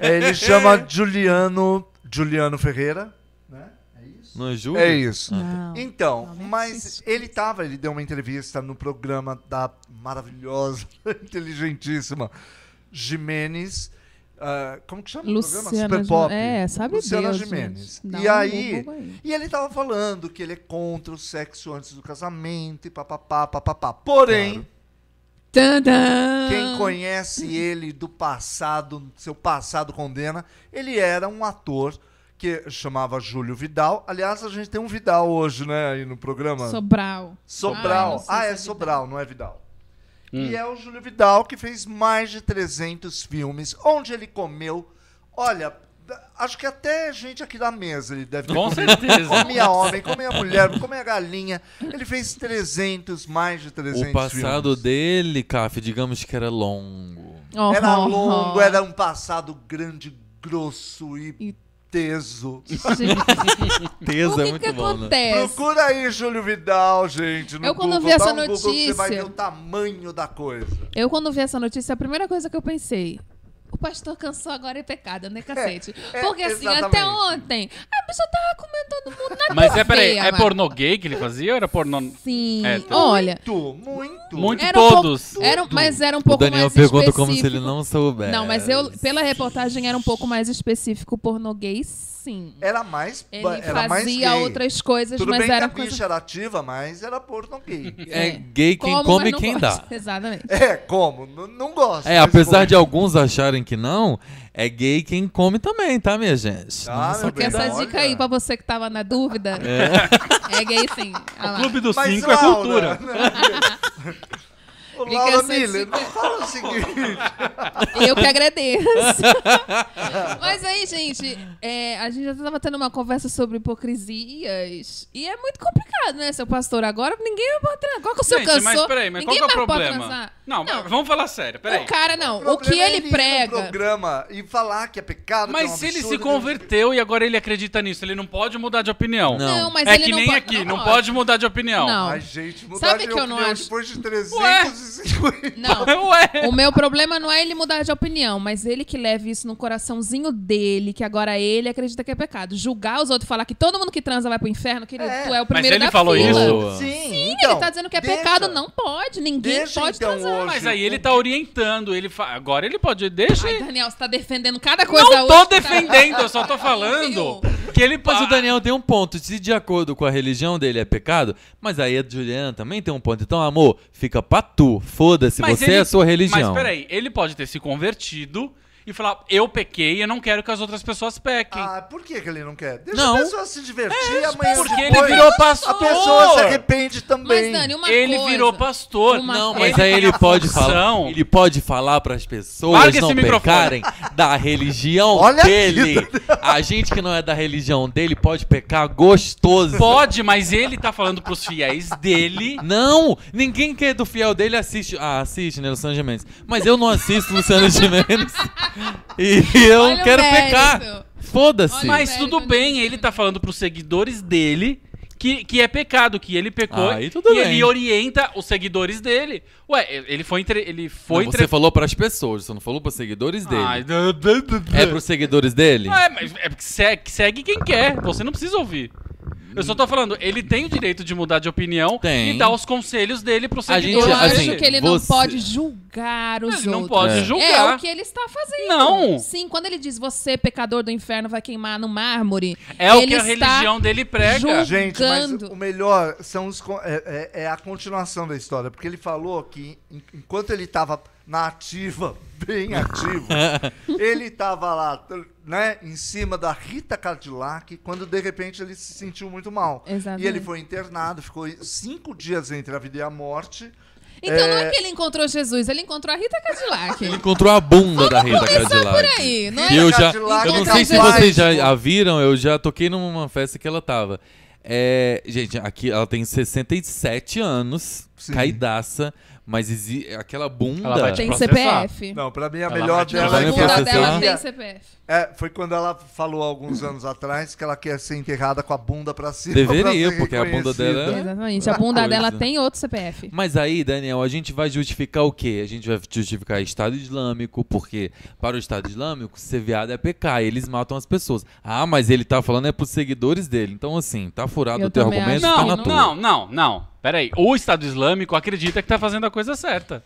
É, Ele chama Juliano, Juliano Ferreira, né? É isso? Não é Júlio? É isso. Ah, Não. Então, não é mas isso. ele tava, ele deu uma entrevista no programa da maravilhosa, inteligentíssima Jimenez. ah, como que chama o programa? Luciana, Super Pop. é, sabe Luciana Deus, Jimenez. gente. Dá E um aí, Google aí. e ele tava falando que ele é contra o sexo antes do casamento e papapá, papapá. Porém, Tadã! quem conhece ele do passado, seu passado condena, ele era um ator que chamava Júlio Vidal. Aliás, a gente tem um Vidal hoje, né, aí no programa. Sobral. Ah, eu não Sobral. sei Ah, se é, é Hum. Sobral, não é Vidal. E é o Júlio Vidal que fez mais de 300 filmes, onde ele comeu. Olha, acho que até gente aqui da mesa ele deve ter Com comido. certeza. Comia homem, comia mulher, comia galinha. Ele fez 300, mais de 300 O passado filmes. dele, Caf, digamos que era longo. Oh, Era oh, oh. longo, era um passado grande, grosso e, E- teso. Gente, o Teso é que, né? que né? acontece? Procura aí, Júlio Vidal, gente. No Eu quando Google. vi Dá essa um Google que você vai ver notícia- o tamanho da coisa. Eu, quando vi essa notícia, a primeira coisa que eu pensei. O pastor cansou agora é pecado, né, cacete? É, é, Porque assim, até exatamente. ontem, a pessoa tava comendo todo mundo na Mas tua é, peraí, feia, né? é mano. pornô gay que ele fazia ou era pornô... Sim. É, tá. Olha, Muito, muito. Muito era um todos. pouco- era um- mas era um O pouco Daniel mais pergunta específico. como se ele não soubesse. Não, mas eu, pela reportagem, era um pouco mais específico pornô gay, sim. Era mais. Ele É, era mais fazia gay. outras coisas, Tudo mas bem tá que era a bicha coisa... era ativa, mas era porno gay. É gay quem Como, come mas não quem gosta. dá. Exatamente. é, como? N- não gosto. É, apesar de alguns acharem que não, é gay quem come também, tá, minha gente? Ah, Não só meu Porque bem, essa olha. dica aí, pra você que tava na dúvida, é, gay sim. Olha lá. Clube dos Mas, Cinco é Laura, cultura. né? Ô, Fica Laura essa Miller, dica. não fala o seguinte. Eu que agradeço. Mas aí, gente, é, a gente já tava tendo uma conversa sobre hipocrisias. E é muito complicado, né, seu pastor? Agora ninguém vai botar. Agora que é o seu Gente, cansou. mas peraí, mas qual ninguém que é o vai botar problema? transar. Não, Não. vamos falar sério, peraí. O cara não. O, problema que é ele ir prega. No programa e falar que é pecado. que é um Mas se ele se absurdo, converteu e agora ele acredita nisso, ele não pode mudar de opinião. Não. Não, mas é ele que não nem pode- aqui, não, não pode. mudar de opinião. Não. Ai, gente, mudar Sabe de que eu não opinião acho? depois de 350. Não. Ué. O meu problema não é ele mudar de opinião, mas ele que leve isso no coraçãozinho dele, que agora ele acredita que é pecado. Julgar os outros, falar que todo mundo que transa vai pro inferno, querido, É. tu é o primeiro ele da falou fila. isso? Boa. Sim, então, ele tá dizendo que é deixa. pecado, não pode. Ninguém Deixa pode então transar. hoje. Mas aí ele tá orientando, ele fa- agora ele pode, deixa Ai, ele. Daniel, você tá defendendo cada coisa Não hoje tô que tá- defendendo, eu só tô falando que ele Mas pa- o Daniel tem um ponto. Se de acordo com a religião dele é pecado, mas aí a Juliana também tem um ponto. Então, amor, fica pra tu. Foda-se, Mas você ele- é a sua religião. Mas peraí, ele pode ter se convertido e falar, eu pequei e eu não quero que as outras pessoas pequem. Ah, por que, que ele não quer? Deixa Não. a pessoa se divertir amanhã É, porque depois. ele virou A pastor. pessoa se arrepende também. Mas, Dani, uma ele coisa... virou pastor. Uma Não, coisa. tá mas aí ele tem a pode função. falar. Ele pode falar pras pessoas Larga esse não microfone. pecarem da religião Olha aqui, dele. a gente que não é da religião dele pode pecar gostoso. Pode, mas ele tá falando pros fiéis dele. Não! Ninguém que é do fiel dele assiste. Ah, assiste, né, Luciano Gimenez. Mas eu não assisto Luciano Gimenez. E eu Olha o quero mérito. pecar. Foda-se. Olha- Mas Velho, tudo não bem, deixa. ele tá falando pros seguidores dele que, que é pecado, que ele pecou. Aí tudo e bem. ele orienta os seguidores dele. Ué, ele foi entre. Ele foi Não, entre... Você falou pras pessoas, você não falou pros seguidores dele. Ai, dã, dã, dã, dã. É pros seguidores dele? Ah, Não, é, mas é porque segue, segue quem quer. Você não precisa ouvir. Eu só tô falando, ele tem o direito de mudar de opinião Tem. e dar os conselhos dele pro A gente- Eu seguidor. acho assim, que ele não você- pode julgar os Ele outros. não pode É. É o julgar. que ele está fazendo. Não. Sim, quando ele diz você, pecador do inferno, vai queimar no mármore. É o que, ele a está religião dele prega. julgando. Gente, mas Gando. o melhor são os, con- é, é- é a continuação da história. Porque ele falou que en- enquanto ele tava na ativa, bem ativo, ele tava lá, t- né, em cima da Rita Cadillac, quando de repente ele se sentiu muito mal. Exatamente. E ele foi internado, ficou cinco dias entre a vida e a morte. Então não é que ele encontrou Jesus, ele encontrou a Rita Cadillac. Encontrou a bunda da Rita Começar Cadillac. por aí, não é? Que eu já, Cadillac eu não encontrou sei se Jesus. vocês já Cadillac. a viram, eu já toquei numa festa que ela tava. É, gente, aqui ela tem 67 anos, Sim. caidaça, mas exi- aquela bunda. Ela vai te Tem processar. CPF. Não, pra mim a Ela melhor vai te- ela dela vai é a me que ela bunda processar. dela dizia- tem CPF. É, foi quando ela falou alguns anos atrás que ela quer ser enterrada com a bunda pra cima. Deveria, pra ser porque a bunda reconhecida. dela- é Hã? Exatamente, a bunda Coisa. dela tem outro CPF. Mas aí, Daniel, a gente vai justificar o quê? A gente vai justificar Estado Islâmico, porque para o Estado Islâmico, ser viado é pecar, eles matam as pessoas. Ah, mas ele tá falando é pros seguidores dele. Então, assim, tá furado Eu o teu também argumento, acho tá que na Não, não. tua. não, não, não. Peraí. O Estado Islâmico acredita que tá fazendo a coisa certa.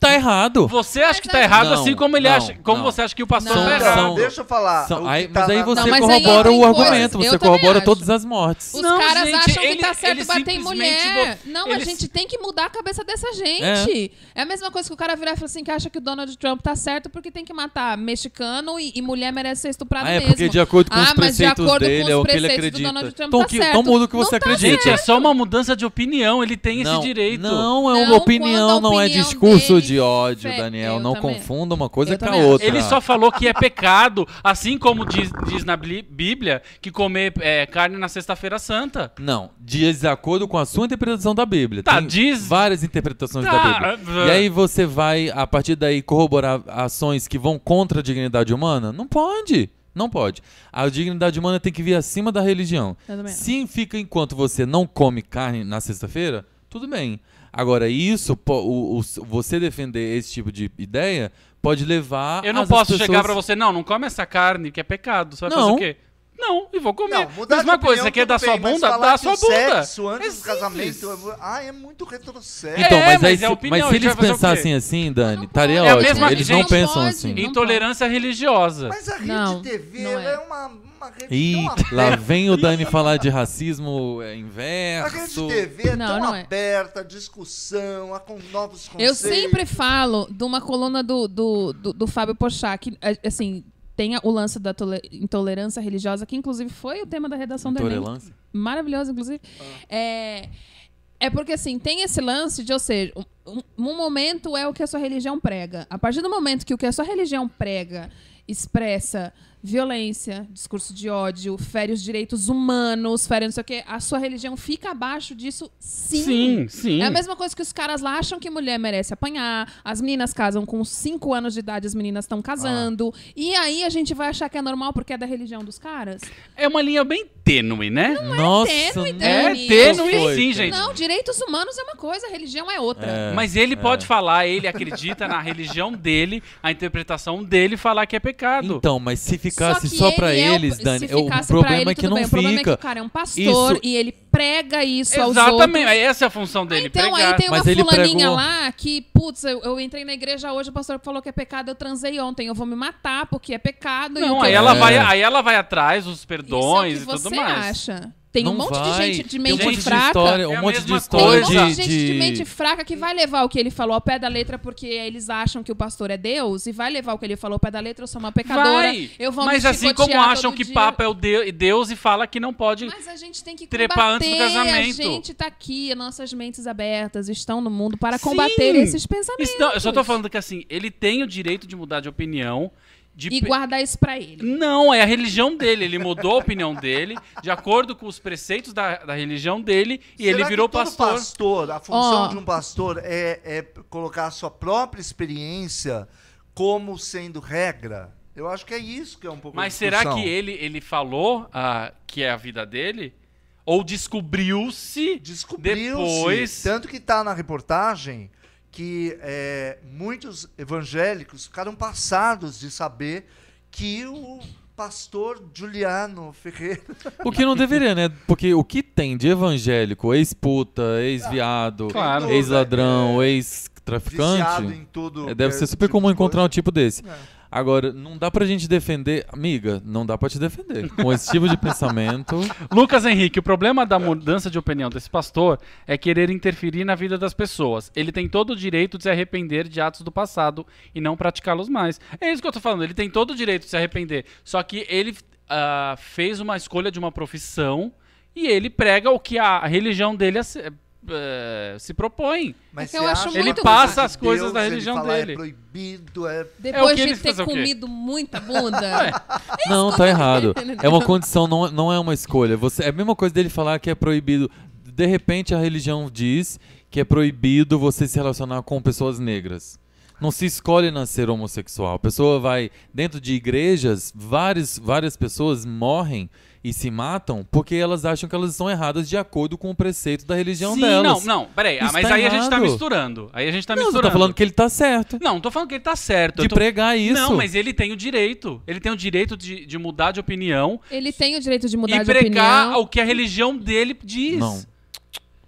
Tá errado. Você acha que tá é- errado Não, assim como ele não, acha. Como não. você acha que o pastor Não, tá Não, errado. são- deixa eu falar. São- O aí- que tá mas aí na- você Não, mas aí é corrobora tem o coisas. argumento, Eu você também corrobora acho. todas as mortes. Os Não, caras gente, acham ele- que tá ele certo bater em simplesmente mulher. bot- Não, ele a gente si- tem que mudar a cabeça dessa gente. É. a mesma coisa que o cara virar e falar assim que acha que o Donald Trump tá certo porque tem que matar mexicano e, e mulher merece ser estuprada Ah, é mesmo. porque de acordo com ah, os mas de preceitos acordo dele, com os é o que ele preceitos do Donald acredita. Trump Então, tá que- certo. então muda o que Não você tá acredita. Gente, é só uma mudança de opinião. Ele tem esse direito. Não, é Não, uma quando a opinião, não é opinião discurso dele de ódio, fe- Daniel. Eu Não também. confunda uma coisa Eu com a também acho. outra. Ele só falou que é pecado, assim como diz, diz na Bli- Bíblia, que comer é, carne na sexta-feira santa. Não, de desacordo com a sua interpretação da Bíblia. Tá, Tem diz- várias interpretações Tá, da Bíblia. é- E aí você vai, a partir daí, corroborar ações que vão contra a dignidade humana? Não pode. Não pode. A dignidade humana tem que vir acima da religião. Eu também acho. Se fica enquanto você não come carne na sexta-feira, tudo bem. Agora, isso, po- o- o- você defender esse tipo de ideia pode levar Eu não as- as posso chegar pessoas- pra você, não, não come essa carne, que é pecado. Você vai Não. fazer o quê? Não, e vou comer. Não, mudar Mesma de coisa, opinião, você quer dar tudo sua bem, mas bunda? falar Dá que sua o bunda. Sexo antes do simples. casamento. é- Ah, é muito retrocesso. Então, É, mas, mas aí, é se- a opinião, mas a se gente eles vai fazer o pensaria quê? assim, Dani, pode. estaria É a ótimo. mesma- eles gente, não pensam pode, assim. não Intolerância religiosa. Mas a rede Não, TV não ela é. é. uma, uma rede Ih, tão aberta. lá vem o Dani falar de racismo é, A inverso. rede TV é Não, tão não é. aberta, discussão, há com novos Eu conceitos. sempre falo de uma coluna do, do, do, do Fábio Pochá, que, a- assim, tem a- o lance da tole- intolerância religiosa, que inclusive foi o tema da redação do Enem. Intolerância? Maravilhosa, inclusive. É, é porque, assim, tem esse lance de, ou seja, um, um momento é o que a sua religião prega. A partir do momento que o que a sua religião prega expressa violência, discurso de ódio, fere os direitos humanos, fere não sei o quê, a sua religião fica abaixo disso, Sim, sim. é a mesma coisa que os caras lá acham que mulher merece apanhar, as meninas casam com 5 anos de idade, as meninas estão casando. Ah. E aí a gente vai achar que é normal porque é da religião dos caras? É uma linha bem tênue, né? Nossa, tênue, não Dani. É Tênue. tênue Foi, sim, tênue. gente. Não, direitos humanos é uma coisa, religião é outra. Mas ele pode falar, ele acredita na religião dele, a interpretação dele falar que é pecado. Então, mas se ficasse que só pra ele é o- eles, Dani, se é o ficasse pra problema ele, é que tudo não bem. O problema é que fica. o cara é um pastor Isso- e ele prega isso aos outros. Exatamente, essa é a função dele, Então, pregar. aí tem uma Mas ele fulaninha pregou. lá que, putz, eu, eu entrei na igreja hoje, o pastor falou que é pecado, eu transei ontem, eu vou me matar porque é pecado. e o Não, que aí eu ela, É. vai, aí ela vai atrás, os Isso é perdões o que e você tudo mais. acha. Tem um Não monte vai. de gente de Tem mente um monte de fraca. história, um É a monte de mesma tem um história monte coisa. de de, gente de... mente fraca que vai levar o que ele falou ao pé da letra porque eles acham que o pastor é Deus e vai levar o que ele falou ao pé da letra. Eu sou uma pecadora. Vai. Eu vou Mas me assim como chicotear acham todo que dia. Papa é o de- Deus e fala que não pode. Mas a gente tem que Trepar combater. antes do casamento. A gente tá aqui, nossas mentes abertas estão no mundo para Sim. combater esses pensamentos. Isso não, eu só tô falando que assim, ele tem o direito de mudar de opinião. De E pe- guardar isso pra ele. Não, é a religião dele. Ele mudou a opinião dele, de acordo com os preceitos da, da religião dele, e Será ele que virou todo pastor. pastor, A função Ó. de um pastor é, é colocar a sua própria experiência como sendo regra. Eu acho que é isso que é um pouco. Mas de será discussão. que ele, ele falou ah, que é a vida dele? Ou descobriu-se Descobriu depois? tanto que tá na reportagem que é, muitos evangélicos ficaram passados de saber que o Pastor Juliano Ferreira. O que não deveria, né? Porque o que tem de evangélico, ex-puta, ex-viado, claro. ex-ladrão, Viciado É. ex-traficante, em tudo. é, deve que é ser super tipo comum de encontrar um coisa. tipo desse. É. Agora, não dá pra gente defender. Amiga, não dá pra te defender. Com esse tipo de pensamento. Lucas Henrique, o problema da mudança de opinião desse pastor é querer interferir na vida das pessoas. Ele tem todo o direito de se arrepender de atos do passado e não praticá-los mais. É isso que eu tô falando, ele tem todo o direito de se arrepender. Só que ele ah, fez uma escolha de uma profissão e ele prega o que a religião dele ace- eh, se propõe. É que eu você acho acha muito que Ele passa Deus, as coisas da ele religião falar dele. É proibido, é... Depois que ele de ter fazer o quê? comido muita bunda. Não, tá errado. É uma condição, não, não é uma escolha. Você, é a mesma coisa dele falar que é proibido. De repente, a religião diz que é proibido você se relacionar com pessoas negras. Não se escolhe nascer homossexual. A pessoa vai. Dentro de igrejas, várias, várias pessoas morrem e se matam porque elas acham que elas estão erradas de acordo com o preceito da religião Sim, não, delas. não, peraí. Ah, Isso mas tá aí a gente tá errado. misturando. Aí a gente tá Não, você misturando. tá falando que ele tá certo. Não, não tô falando que ele tá certo. de eu tô- pregar isso. Não, mas ele tem o direito. Ele tem o direito de, de mudar de opinião Ele tem o direito de e mudar de pregar opinião. o que a religião dele diz. Não.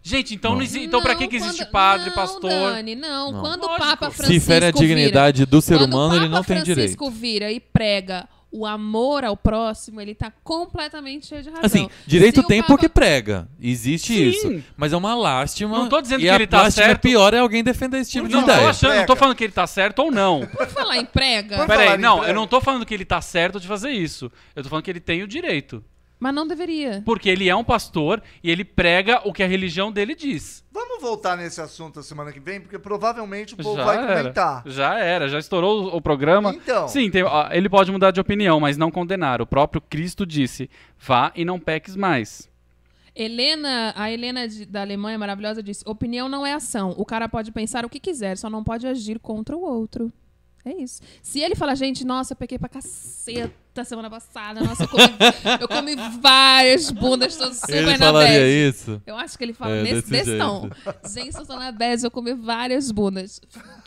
Gente, então, não. Não. exi- então pra que, que quando- existe padre, não, pastor? Dani, não, Não. quando Lógico. o Papa Se Francisco se fere a dignidade do ser vira, quando humano, o ele Papa não tem direito. Francisco vira e prega o amor ao próximo, ele tá completamente cheio de razão. Assim, direito Se o tem Papa- porque prega. Existe Sim. isso. Mas é uma lástima. Não tô dizendo e que a ele tá lástima certo. é pior é alguém defender esse tipo Não, de não, tô ideia. achando, não tô Prega. falando que ele tá certo ou não. Por falar em prega, Por- Peraí, falar em não, prega. eu não tô falando que ele tá certo de fazer isso. Eu tô falando que ele tem o direito. mas não deveria. Porque ele é um pastor e ele prega o que a religião dele diz. Vamos voltar nesse assunto a semana que vem, porque provavelmente o povo já vai era. comentar. Já era, já estourou o, o programa. Então. Sim, tem- ó, ele pode mudar de opinião, mas não condenar. O próprio Cristo disse: vá e não peques mais. Helena, a Helena de- da Alemanha maravilhosa disse: opinião não é ação. O cara pode pensar o que quiser, só não pode agir contra o outro. É isso. Se ele falar, gente, nossa, eu pequei pra caceta semana passada, nossa, eu comi, eu comi várias bundas, tô super Ele na falaria 10. isso. Eu acho que ele fala É, nesse, desse desse jeito. tom. Gente, eu tô na 10, eu comi várias bundas.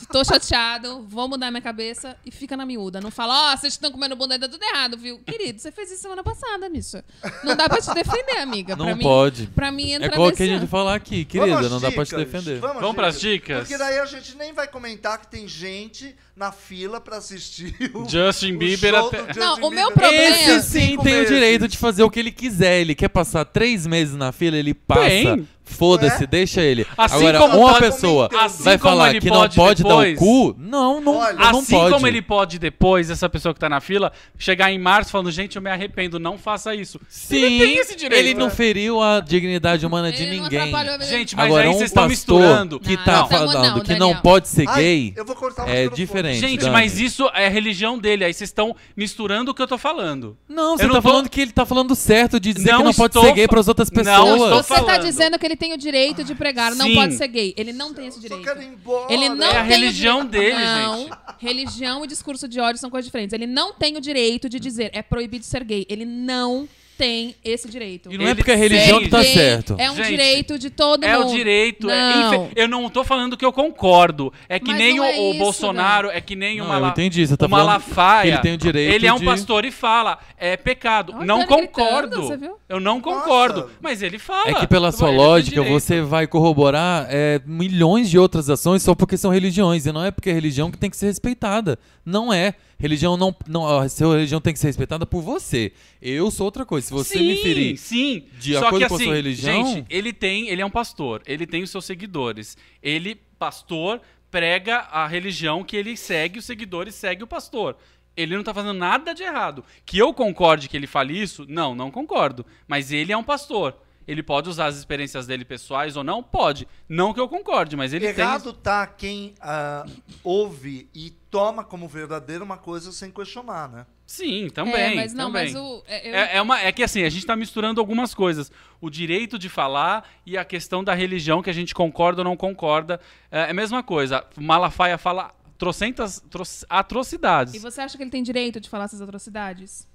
Tô chateado, vou mudar minha cabeça e fica na miúda. Não fala, ó, vocês estão comendo bunda e tá tudo errado, viu? Querido, você fez isso semana passada, bicha. Não dá pra te defender, amiga. pra Não mim, pode. Pra mim É entra qual que a nesse gente ano. falar aqui, querida. Vamos Não às dá pra te dicas. defender. Vamos, Vamos pras dicas? Porque daí a gente nem vai comentar que tem gente na fila pra assistir o Justin o Bieber show até- do Justin Não, o Bieber. meu é problema- Esse sim Cinco tem o meses. direito de fazer o que ele quiser. Ele quer passar três meses na fila, ele passa. Tem. Foda-se, É. deixa ele. Assim Agora, como uma pode- pessoa Assim vai como falar ele que não pode pode dar o depois. cu? Não, não, Olha, não Assim pode. como ele pode depois, essa pessoa que tá na fila, chegar em março falando, gente, eu me arrependo, não faça isso. Sim, Ele tem esse direito. né? ele não feriu a dignidade humana de Ele não ninguém. atrapalhou a vida Gente, mas Agora, aí um vocês pastor estão misturando. que Não, tá não, falando não, que não Daniel. pode ser Ai, gay eu vou cortar o é microfone. diferente. Gente, Dani. mas isso é a religião dele. Aí vocês estão misturando o que eu tô falando. Não, você Eu não tá tô- falando que ele tá falando certo de dizer Não que não pode estou ser gay fa- pras outras Não pessoas. estou Você tá falando. dizendo que ele tem o direito de pregar, não Sim. pode ser gay. Ele não tem esse Eu só direito. quero ir embora. Ele não É a tem o religião direito- dele, não. gente. Religião e discurso de ódio são coisas diferentes. Ele não tem o direito de dizer é proibido ser gay. Ele não tem esse direito. E não é Ele porque é a fez. religião Ser que tá gay certo. É um Gente, direito de todo É mundo. o direito. é Não. infe- Eu não tô falando que eu concordo. É que Mas nem não o, é o isso, Bolsonaro, é que nem Não, uma eu la- entendi, você tá uma falando Malafaia. que ele tem o direito Ele é um de- pastor e fala, é pecado. Olha não ele gritando, concordo. você viu? eu não concordo, Nossa. mas ele fala. Ah, É que pela sua Ele tem lógica, direito. você vai corroborar é, milhões de outras ações só porque são religiões. E não é porque é religião que tem que ser respeitada. Não é. Religião não. não a sua religião tem que ser respeitada por você. Eu sou outra coisa. Se você me ferir Sim. de Só acordo que, com a assim, sua religião- Gente, ele tem, ele é um pastor, ele tem os seus seguidores. Ele, pastor, prega a religião que ele segue, os seguidores seguem o pastor. Ele não tá fazendo nada de errado. Que eu concorde que ele fale isso? Não, não concordo. Mas ele é um pastor. Ele pode usar as experiências dele pessoais ou não? Pode. Não que eu concorde, mas ele é Errado tá quem ah, ouve e toma como verdadeiro uma coisa sem questionar, né? tem. Sim, também. É, mas não, também. mas o. é- eu- É, é uma, é que assim, a gente tá misturando algumas coisas. O direito de falar e a questão da religião, que a gente concorda ou não concorda. É é a mesma coisa. Malafaia fala trocentas tro- E atrocidades. você acha que ele tem direito de falar essas atrocidades?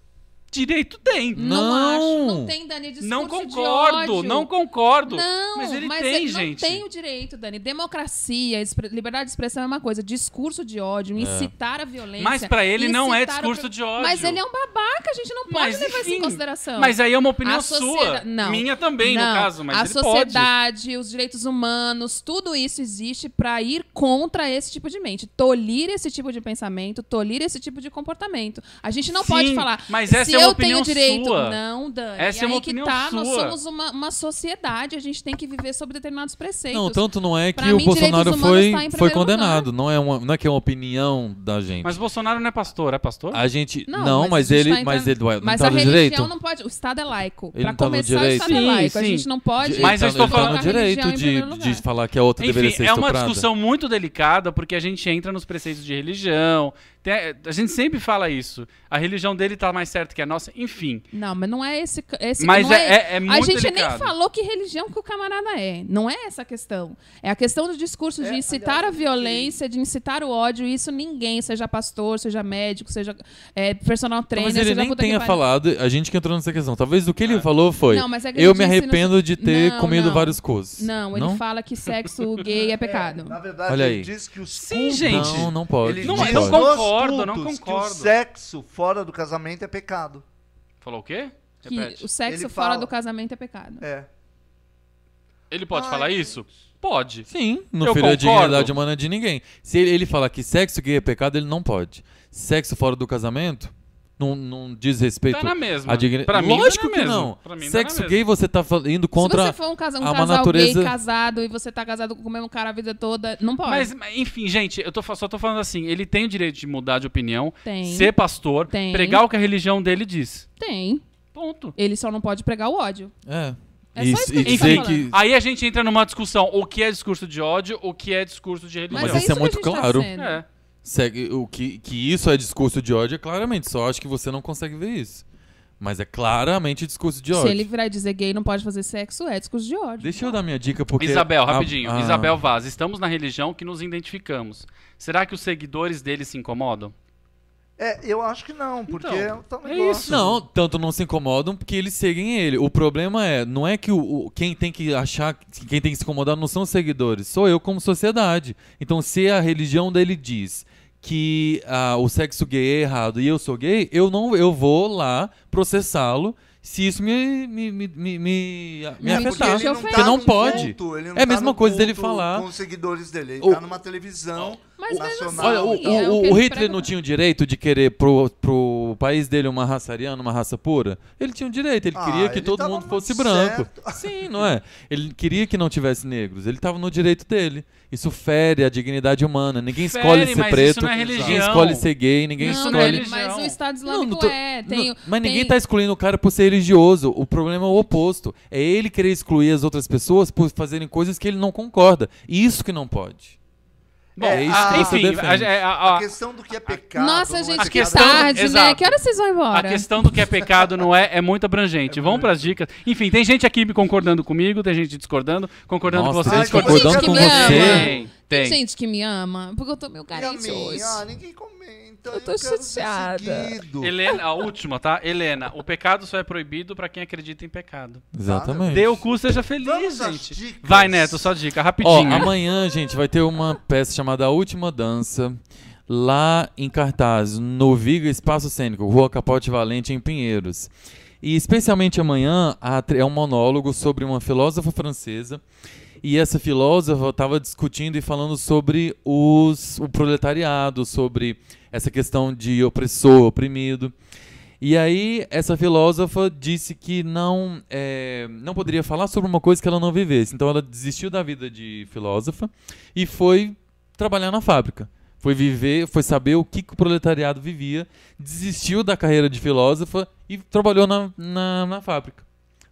Direito tem. Não, acho. Não. Não tem, Dani, discurso Não de concordo, ódio. não concordo. Não, mas ele tem, gente. não tem o direito, Dani. Democracia, expre- liberdade de expressão é uma coisa. Discurso de ódio, incitar a violência. É. Mas pra ele não é incitar o pro- discurso de ódio. Mas ele é um babaca, a gente não pode Mas, levar isso em enfim, consideração. Mas aí é uma opinião A sua. sociedade- não. Minha também, Não, no caso, mas a ele sociedade, os direitos humanos, tudo isso existe pra ir contra esse tipo de mente, tolir esse tipo de pensamento, tolir esse tipo de comportamento. A gente não Sim, pode falar. mas essa se é uma eu opinião tenho direito, sua. não, Dani. Essa e é uma aí que opinião tá, nós sua. somos uma, uma sociedade, a gente tem que viver sob determinados preceitos. Não, tanto não é que Pra o mim, Bolsonaro direitos humanos foi, tá em foi primeiro condenado. Não é, uma, não é que é uma opinião da gente. pode. Mas Bolsonaro não é pastor, é pastor? a gente. Não, Não, mas, mas a gente ele. tá mas ele. entrando- Ué, não Mas tá a no religião direito? não pode. O Estado é laico. Ele pra não tá no começar, o direito? Estado é Sim, laico. A sim. gente não pode. Ele Mas eu tá, estou ele tá falando- no colocar a direito religião em de, primeiro lugar. de falar que a outra deveria Enfim, ser é uma estuprada. discussão muito delicada, porque a gente entra nos preceitos de religião. Tem- a gente sempre fala isso. A religião dele tá mais certa que a nossa. Enfim. Não, mas não é esse. esse Mas não é- é- é A muito gente nem delicado. falou que religião que o camarada é. Não é essa a questão. É a questão do discurso É, de incitar a violência, de incitar o ódio. Isso ninguém, seja pastor, seja médico, seja é, personal trainer, Então, Mas ele seja nem puta que tenha pariu. falado, a gente que entrou nessa questão. Talvez o que ele falou foi: Ah. Não, mas é que ele Eu me disse no- arrependo de ter Não, comido não. vários coisas. Não, ele fala que sexo gay é pecado. Na verdade, Olha ele aí. diz que os Sim, cultos- gente. Não, não pode. Ele Não, diz eu não nos concordo, não cultos concordo. Que o sexo fora do casamento é pecado. Falou o quê? Que Repete. o sexo Ele fora fala. do casamento é pecado. É. Ele pode Ai, falar gente. isso? Pode. Sim, não Eu feriu a concordo. dignidade humana de ninguém. Se ele, ele falar que sexo gay é pecado, ele não pode. Sexo fora do casamento não, não diz respeito Tá na mesma. à dignidade. Pra mim, Lógico tá na que mesma. não. Pra mim, tá na sexo mesma. gay você tá fal- indo Se contra. você for um, casa- um a uma casal natureza- gay casado e você tá casado com o mesmo cara a vida toda, não pode. Mas, enfim, gente, eu tô, fa- só tô falando assim: ele tem o direito de mudar de opinião, Tem. ser pastor, Tem. pregar o que a religião dele diz. Tem. Ponto. Ele só não pode pregar o ódio. É. É e, só isso que e eu tô dizer falando. que. Aí a gente entra numa discussão: o que é discurso de ódio, o que é discurso de religião. Mas, Mas é isso isso é muito que a gente claro. Tá dizendo. É. segue- o que, que isso é discurso de ódio, é claramente. Só acho que você não consegue ver isso. Mas é claramente discurso de Se ódio. ele virar e dizer gay não pode fazer sexo, é discurso de ódio. Deixa eu dar minha dica, porque. Ah, Isabel, a- rapidinho. a- Isabel Vaz, estamos na religião que nos identificamos. Será que os seguidores dele se incomodam? É, eu acho que não, porque um Então, eu também é gosto. isso. Não, tanto não se incomodam porque eles seguem ele. O problema é, não é que o, o- quem tem que achar, quem tem que se incomodar não são os seguidores, sou eu como sociedade. Então, se a religião dele diz que ah, o sexo gay é errado e eu sou gay, eu não, eu vou lá processá-lo se isso me me me, me, me- me Não, porque afetar. ele não Porque tá não num pode. culto, ele não É a tá mesma num coisa dele culto falar. Com os seguidores dele. Ele O- tá numa televisão Mas mesmo assim, nacional. Olha, o, Não, um e é o- o que o ele Hitler prega- não tinha o direito de querer pro, pro país dele uma raça ariana, uma raça pura? Ele tinha o direito, ele Ah, queria que ele todo tava mundo no fosse certo. branco. Sim, não é? Ele queria que não tivesse negros, ele tava no direito dele. Isso fere a dignidade humana. Ninguém Fere, escolhe ser mas isso preto, não é ninguém religião. escolhe ser gay, ninguém não, escolhe- Dani, mas religião. o Estado Não, Islâmico não tô- é. Tem, não, mas ninguém tem- tá excluindo o cara por ser religioso. O problema é o oposto. É ele querer excluir as outras pessoas por fazerem coisas que ele não concorda. Isso que não pode. Bom, É isso que a- você enfim, defende. a- a- A a- questão do que é pecado. Nossa, não é gente, que questão- pecado. tarde, né? Exato. Que horas vocês vão A embora? questão do que é pecado não é, é muito abrangente. Vamos pras dicas. Enfim, tem gente aqui me concordando comigo, tem gente discordando, concordando Nossa, com você, gente discordando. concordando Gente que com me você. Tem, Tem tem. gente que me ama, porque eu tô meio E a carente mim? hoje. Ah, ninguém comenta. Eu tô quero ser chateada. seguido. Helena, a última, tá? Helena, o pecado só é proibido pra quem acredita em pecado. Exatamente. Dê o cu, seja feliz, Vamos às gente. dicas. Vai, Neto, só dica, Ó, rapidinho. amanhã, gente, vai ter uma peça chamada A Última Dança. Lá em cartaz, no Viga Espaço Cênico, Rua Capote Valente, em Pinheiros. E especialmente amanhã a atri- é um monólogo sobre uma filósofa francesa. E essa filósofa estava discutindo e falando sobre os, o proletariado, sobre essa questão de opressor, oprimido. E aí, essa filósofa disse que não, é, não poderia falar sobre uma coisa que ela não vivesse. Então, ela desistiu da vida de filósofa e foi trabalhar na fábrica. Foi viver, foi saber o que, que o proletariado vivia, desistiu da carreira de filósofa e trabalhou na, na, na fábrica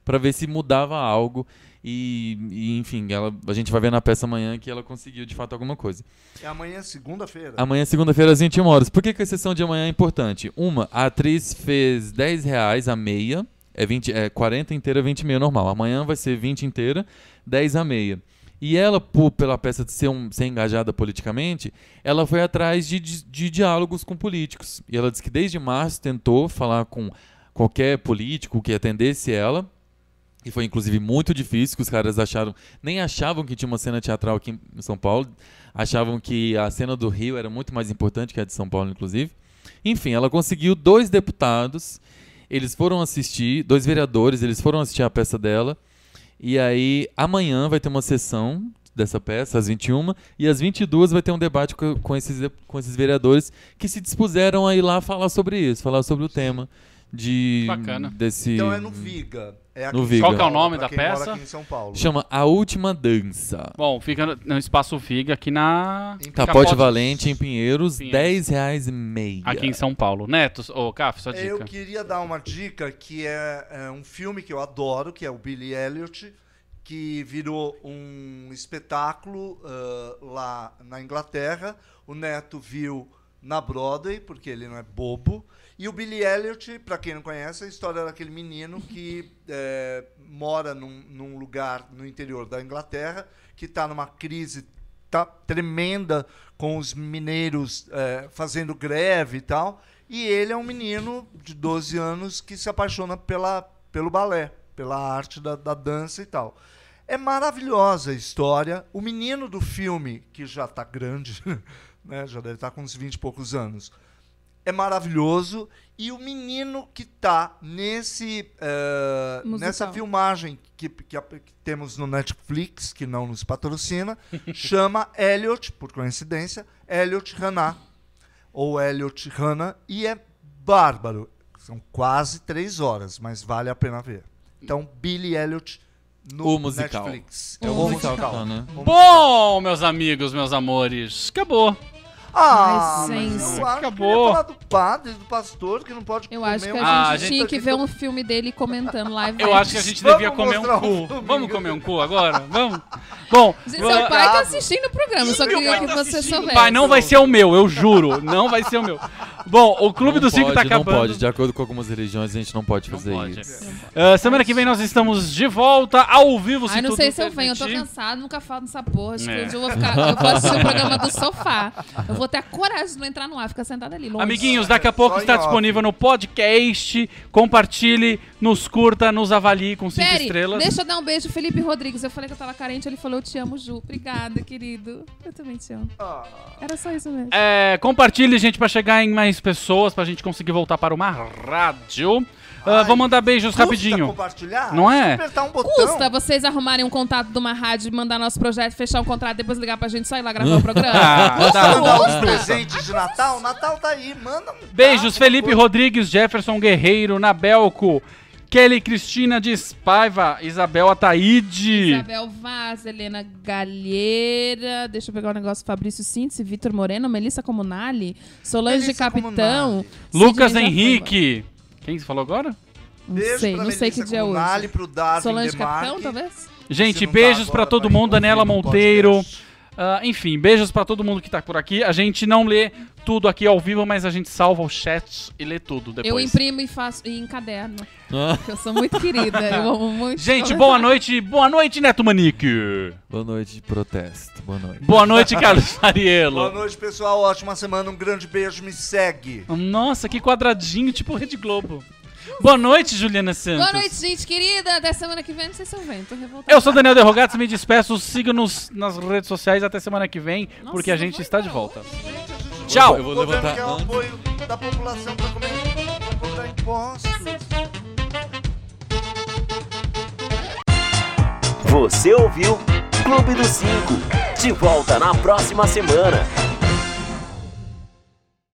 para ver se mudava algo. E, e, enfim, ela, a gente vai ver na peça amanhã que ela conseguiu de fato alguma coisa. É amanhã, segunda-feira. Amanhã, segunda-feira, às 21 horas. Por que, que a sessão de amanhã é importante? Uma, a atriz fez 10 reais a meia. É, 20, é 40 inteira, 20 meia normal. Amanhã vai ser 20 inteira, 10 a meia. E ela, por- pela peça de ser, um- ser engajada politicamente, ela foi atrás de, de, de diálogos com políticos. E ela disse que desde março tentou falar com qualquer político que atendesse ela. E foi inclusive muito difícil, que os caras acharam, nem achavam que tinha uma cena teatral aqui em São Paulo, achavam que a cena do Rio era muito mais importante que a de São Paulo, inclusive. Enfim, ela conseguiu dois deputados, eles foram assistir, dois vereadores, eles foram assistir a peça dela. E aí, amanhã vai ter uma sessão dessa peça, às 21, e às 22 vai ter um debate co- com esses, de- com esses vereadores que se dispuseram a ir lá falar sobre isso, falar sobre o tema de Bacana. desse Então é no Viga. É aqui No em São Viga. Qual que é o Paulo, nome pra da quem mora peça? Aqui em São Paulo. chama A Última Dança. Bom, fica no- no Espaço Figa aqui na. Em Capote, Capote- Valente em Pinheiros, R$ Pinheiros. 10 reais e meia. Aqui em São Paulo. Neto, ô, Caf, sua dica. Eu queria dar uma dica que é, é, um filme que eu adoro, que é o Billy Elliot, que virou um espetáculo ah, lá na Inglaterra. O Neto viu na Broadway, porque ele não é bobo. E o Billy Elliot, para quem não conhece, é a história daquele menino que eh, mora num, num lugar no interior da Inglaterra, que está numa crise tá tremenda com os mineiros eh, fazendo greve e tal. E ele é um menino de 12 anos que se apaixona pela, pelo balé, pela arte da, da dança e tal. É maravilhosa a história. O menino do filme, que já está grande, né, já deve estar com uns 20 e poucos anos, é maravilhoso. E o menino que está nesse, eh, Musical. nessa filmagem que, que a- que temos no Netflix, que não nos patrocina, chama Elliot, por coincidência, Elliot Hannah, ou Elliot Hannah, e é bárbaro. São quase três horas, mas vale a pena ver. Então, Billy Elliot no O musical. Netflix. É o O musical, tá, né? O musical. Bom, meus amigos, meus amores, acabou. Ah, Mas, mas gente, eu acho que eu ia acabou. falar do padre, do pastor, que não pode Eu comer um acho que a gente uma Ah, a fruta tinha que ver não um filme dele comentando live. Eu acho que a gente Vamos devia comer um mostrar um cu. filme. Vamos comer um cu agora? Vamos? Bom, Gente, vamos- seu pai tá assistindo o programa, só Meu queria pai que tá você assistindo. soubesse. Pai, não vai ser o meu, eu juro. Não vai ser o meu. Bom, o Clube Não do Cinco tá pode, acabando. Não pode, de acordo com algumas religiões, a gente não pode Não fazer pode. isso. Ah, semana que vem nós estamos de volta ao vivo, se Ai, não tudo sei se eu venho, eu tô permitir. cansado, nunca falo nessa porra. Acho que É. hoje eu vou ficar. Eu vou assistir o programa do sofá. Eu vou ter a coragem de não entrar no ar, ficar sentada ali longe. Amiguinhos, daqui a pouco Só em está off. disponível no podcast. Compartilhe, nos curta, nos avalie com cinco Peri, estrelas. deixa eu dar um beijo, Felipe Rodrigues. Eu falei que eu tava carente, ele falou: Eu te amo, Ju. Obrigada, querido. Eu também te amo. Ah, Era só isso mesmo. É, compartilhe, gente, pra chegar em mais pessoas, pra gente conseguir voltar para uma rádio. Ah, Ai, vou mandar beijos Custa rapidinho. compartilhar? Não é? Se apertar um botão. Custa vocês arrumarem um contato de uma rádio, mandar nosso projeto, fechar um contrato, depois ligar pra gente, só ir lá gravar o programa. Ah, Custa, dá- Mandar custa. uns presentes um de Natal. Natal tá aí. Manda um. Beijos, carro, Felipe uma Rodrigues, Jefferson Guerreiro, Nabelco, Kelly Cristina de Spaiva, Isabel Ataíde. Isabel Vaz, Helena Galheira, deixa eu pegar um negócio, Fabrício Síntese, Vitor Moreno, Melissa Comunali, Solange Melissa Capitão, Comunale. Sidney Lucas da Silva. Henrique. Quem você falou agora? Não Beijo sei, pra não sei que Melissa dia é Comunale, hoje. pro Davi Solange Demarque. Capitão, talvez? Gente, Se não tá beijos pra agora, todo vai mundo, ouvir Daniela no Monteiro. podcast. Ah, enfim, beijos pra todo mundo que tá por aqui. A gente não lê tudo aqui ao vivo, mas a gente salva o chat e lê tudo depois. Eu imprimo e faço e encaderno. Ah, porque Eu sou muito querida, eu amo muito. Gente, boa noite, boa noite, Neto Manique. boa noite de protesto. Boa noite. Boa noite, Carlos Boa Fariello. noite, pessoal. Ótima semana. Um grande beijo. Me segue. Nossa, que quadradinho, tipo Rede Globo. Boa noite, Juliana Santos. Boa noite, gente querida. Até semana que vem, não sei se eu venho, tô revoltada. Eu sou Daniel Derrogatos, me despeço, siga-nos nas redes sociais até semana que vem, Nossa, porque a eu gente vou está de embora volta. Tchau. Eu O vou governo levantar. quer o apoio da população pra comer. cobrar impostos. Você ouviu Clube do Cinco. De volta na próxima semana.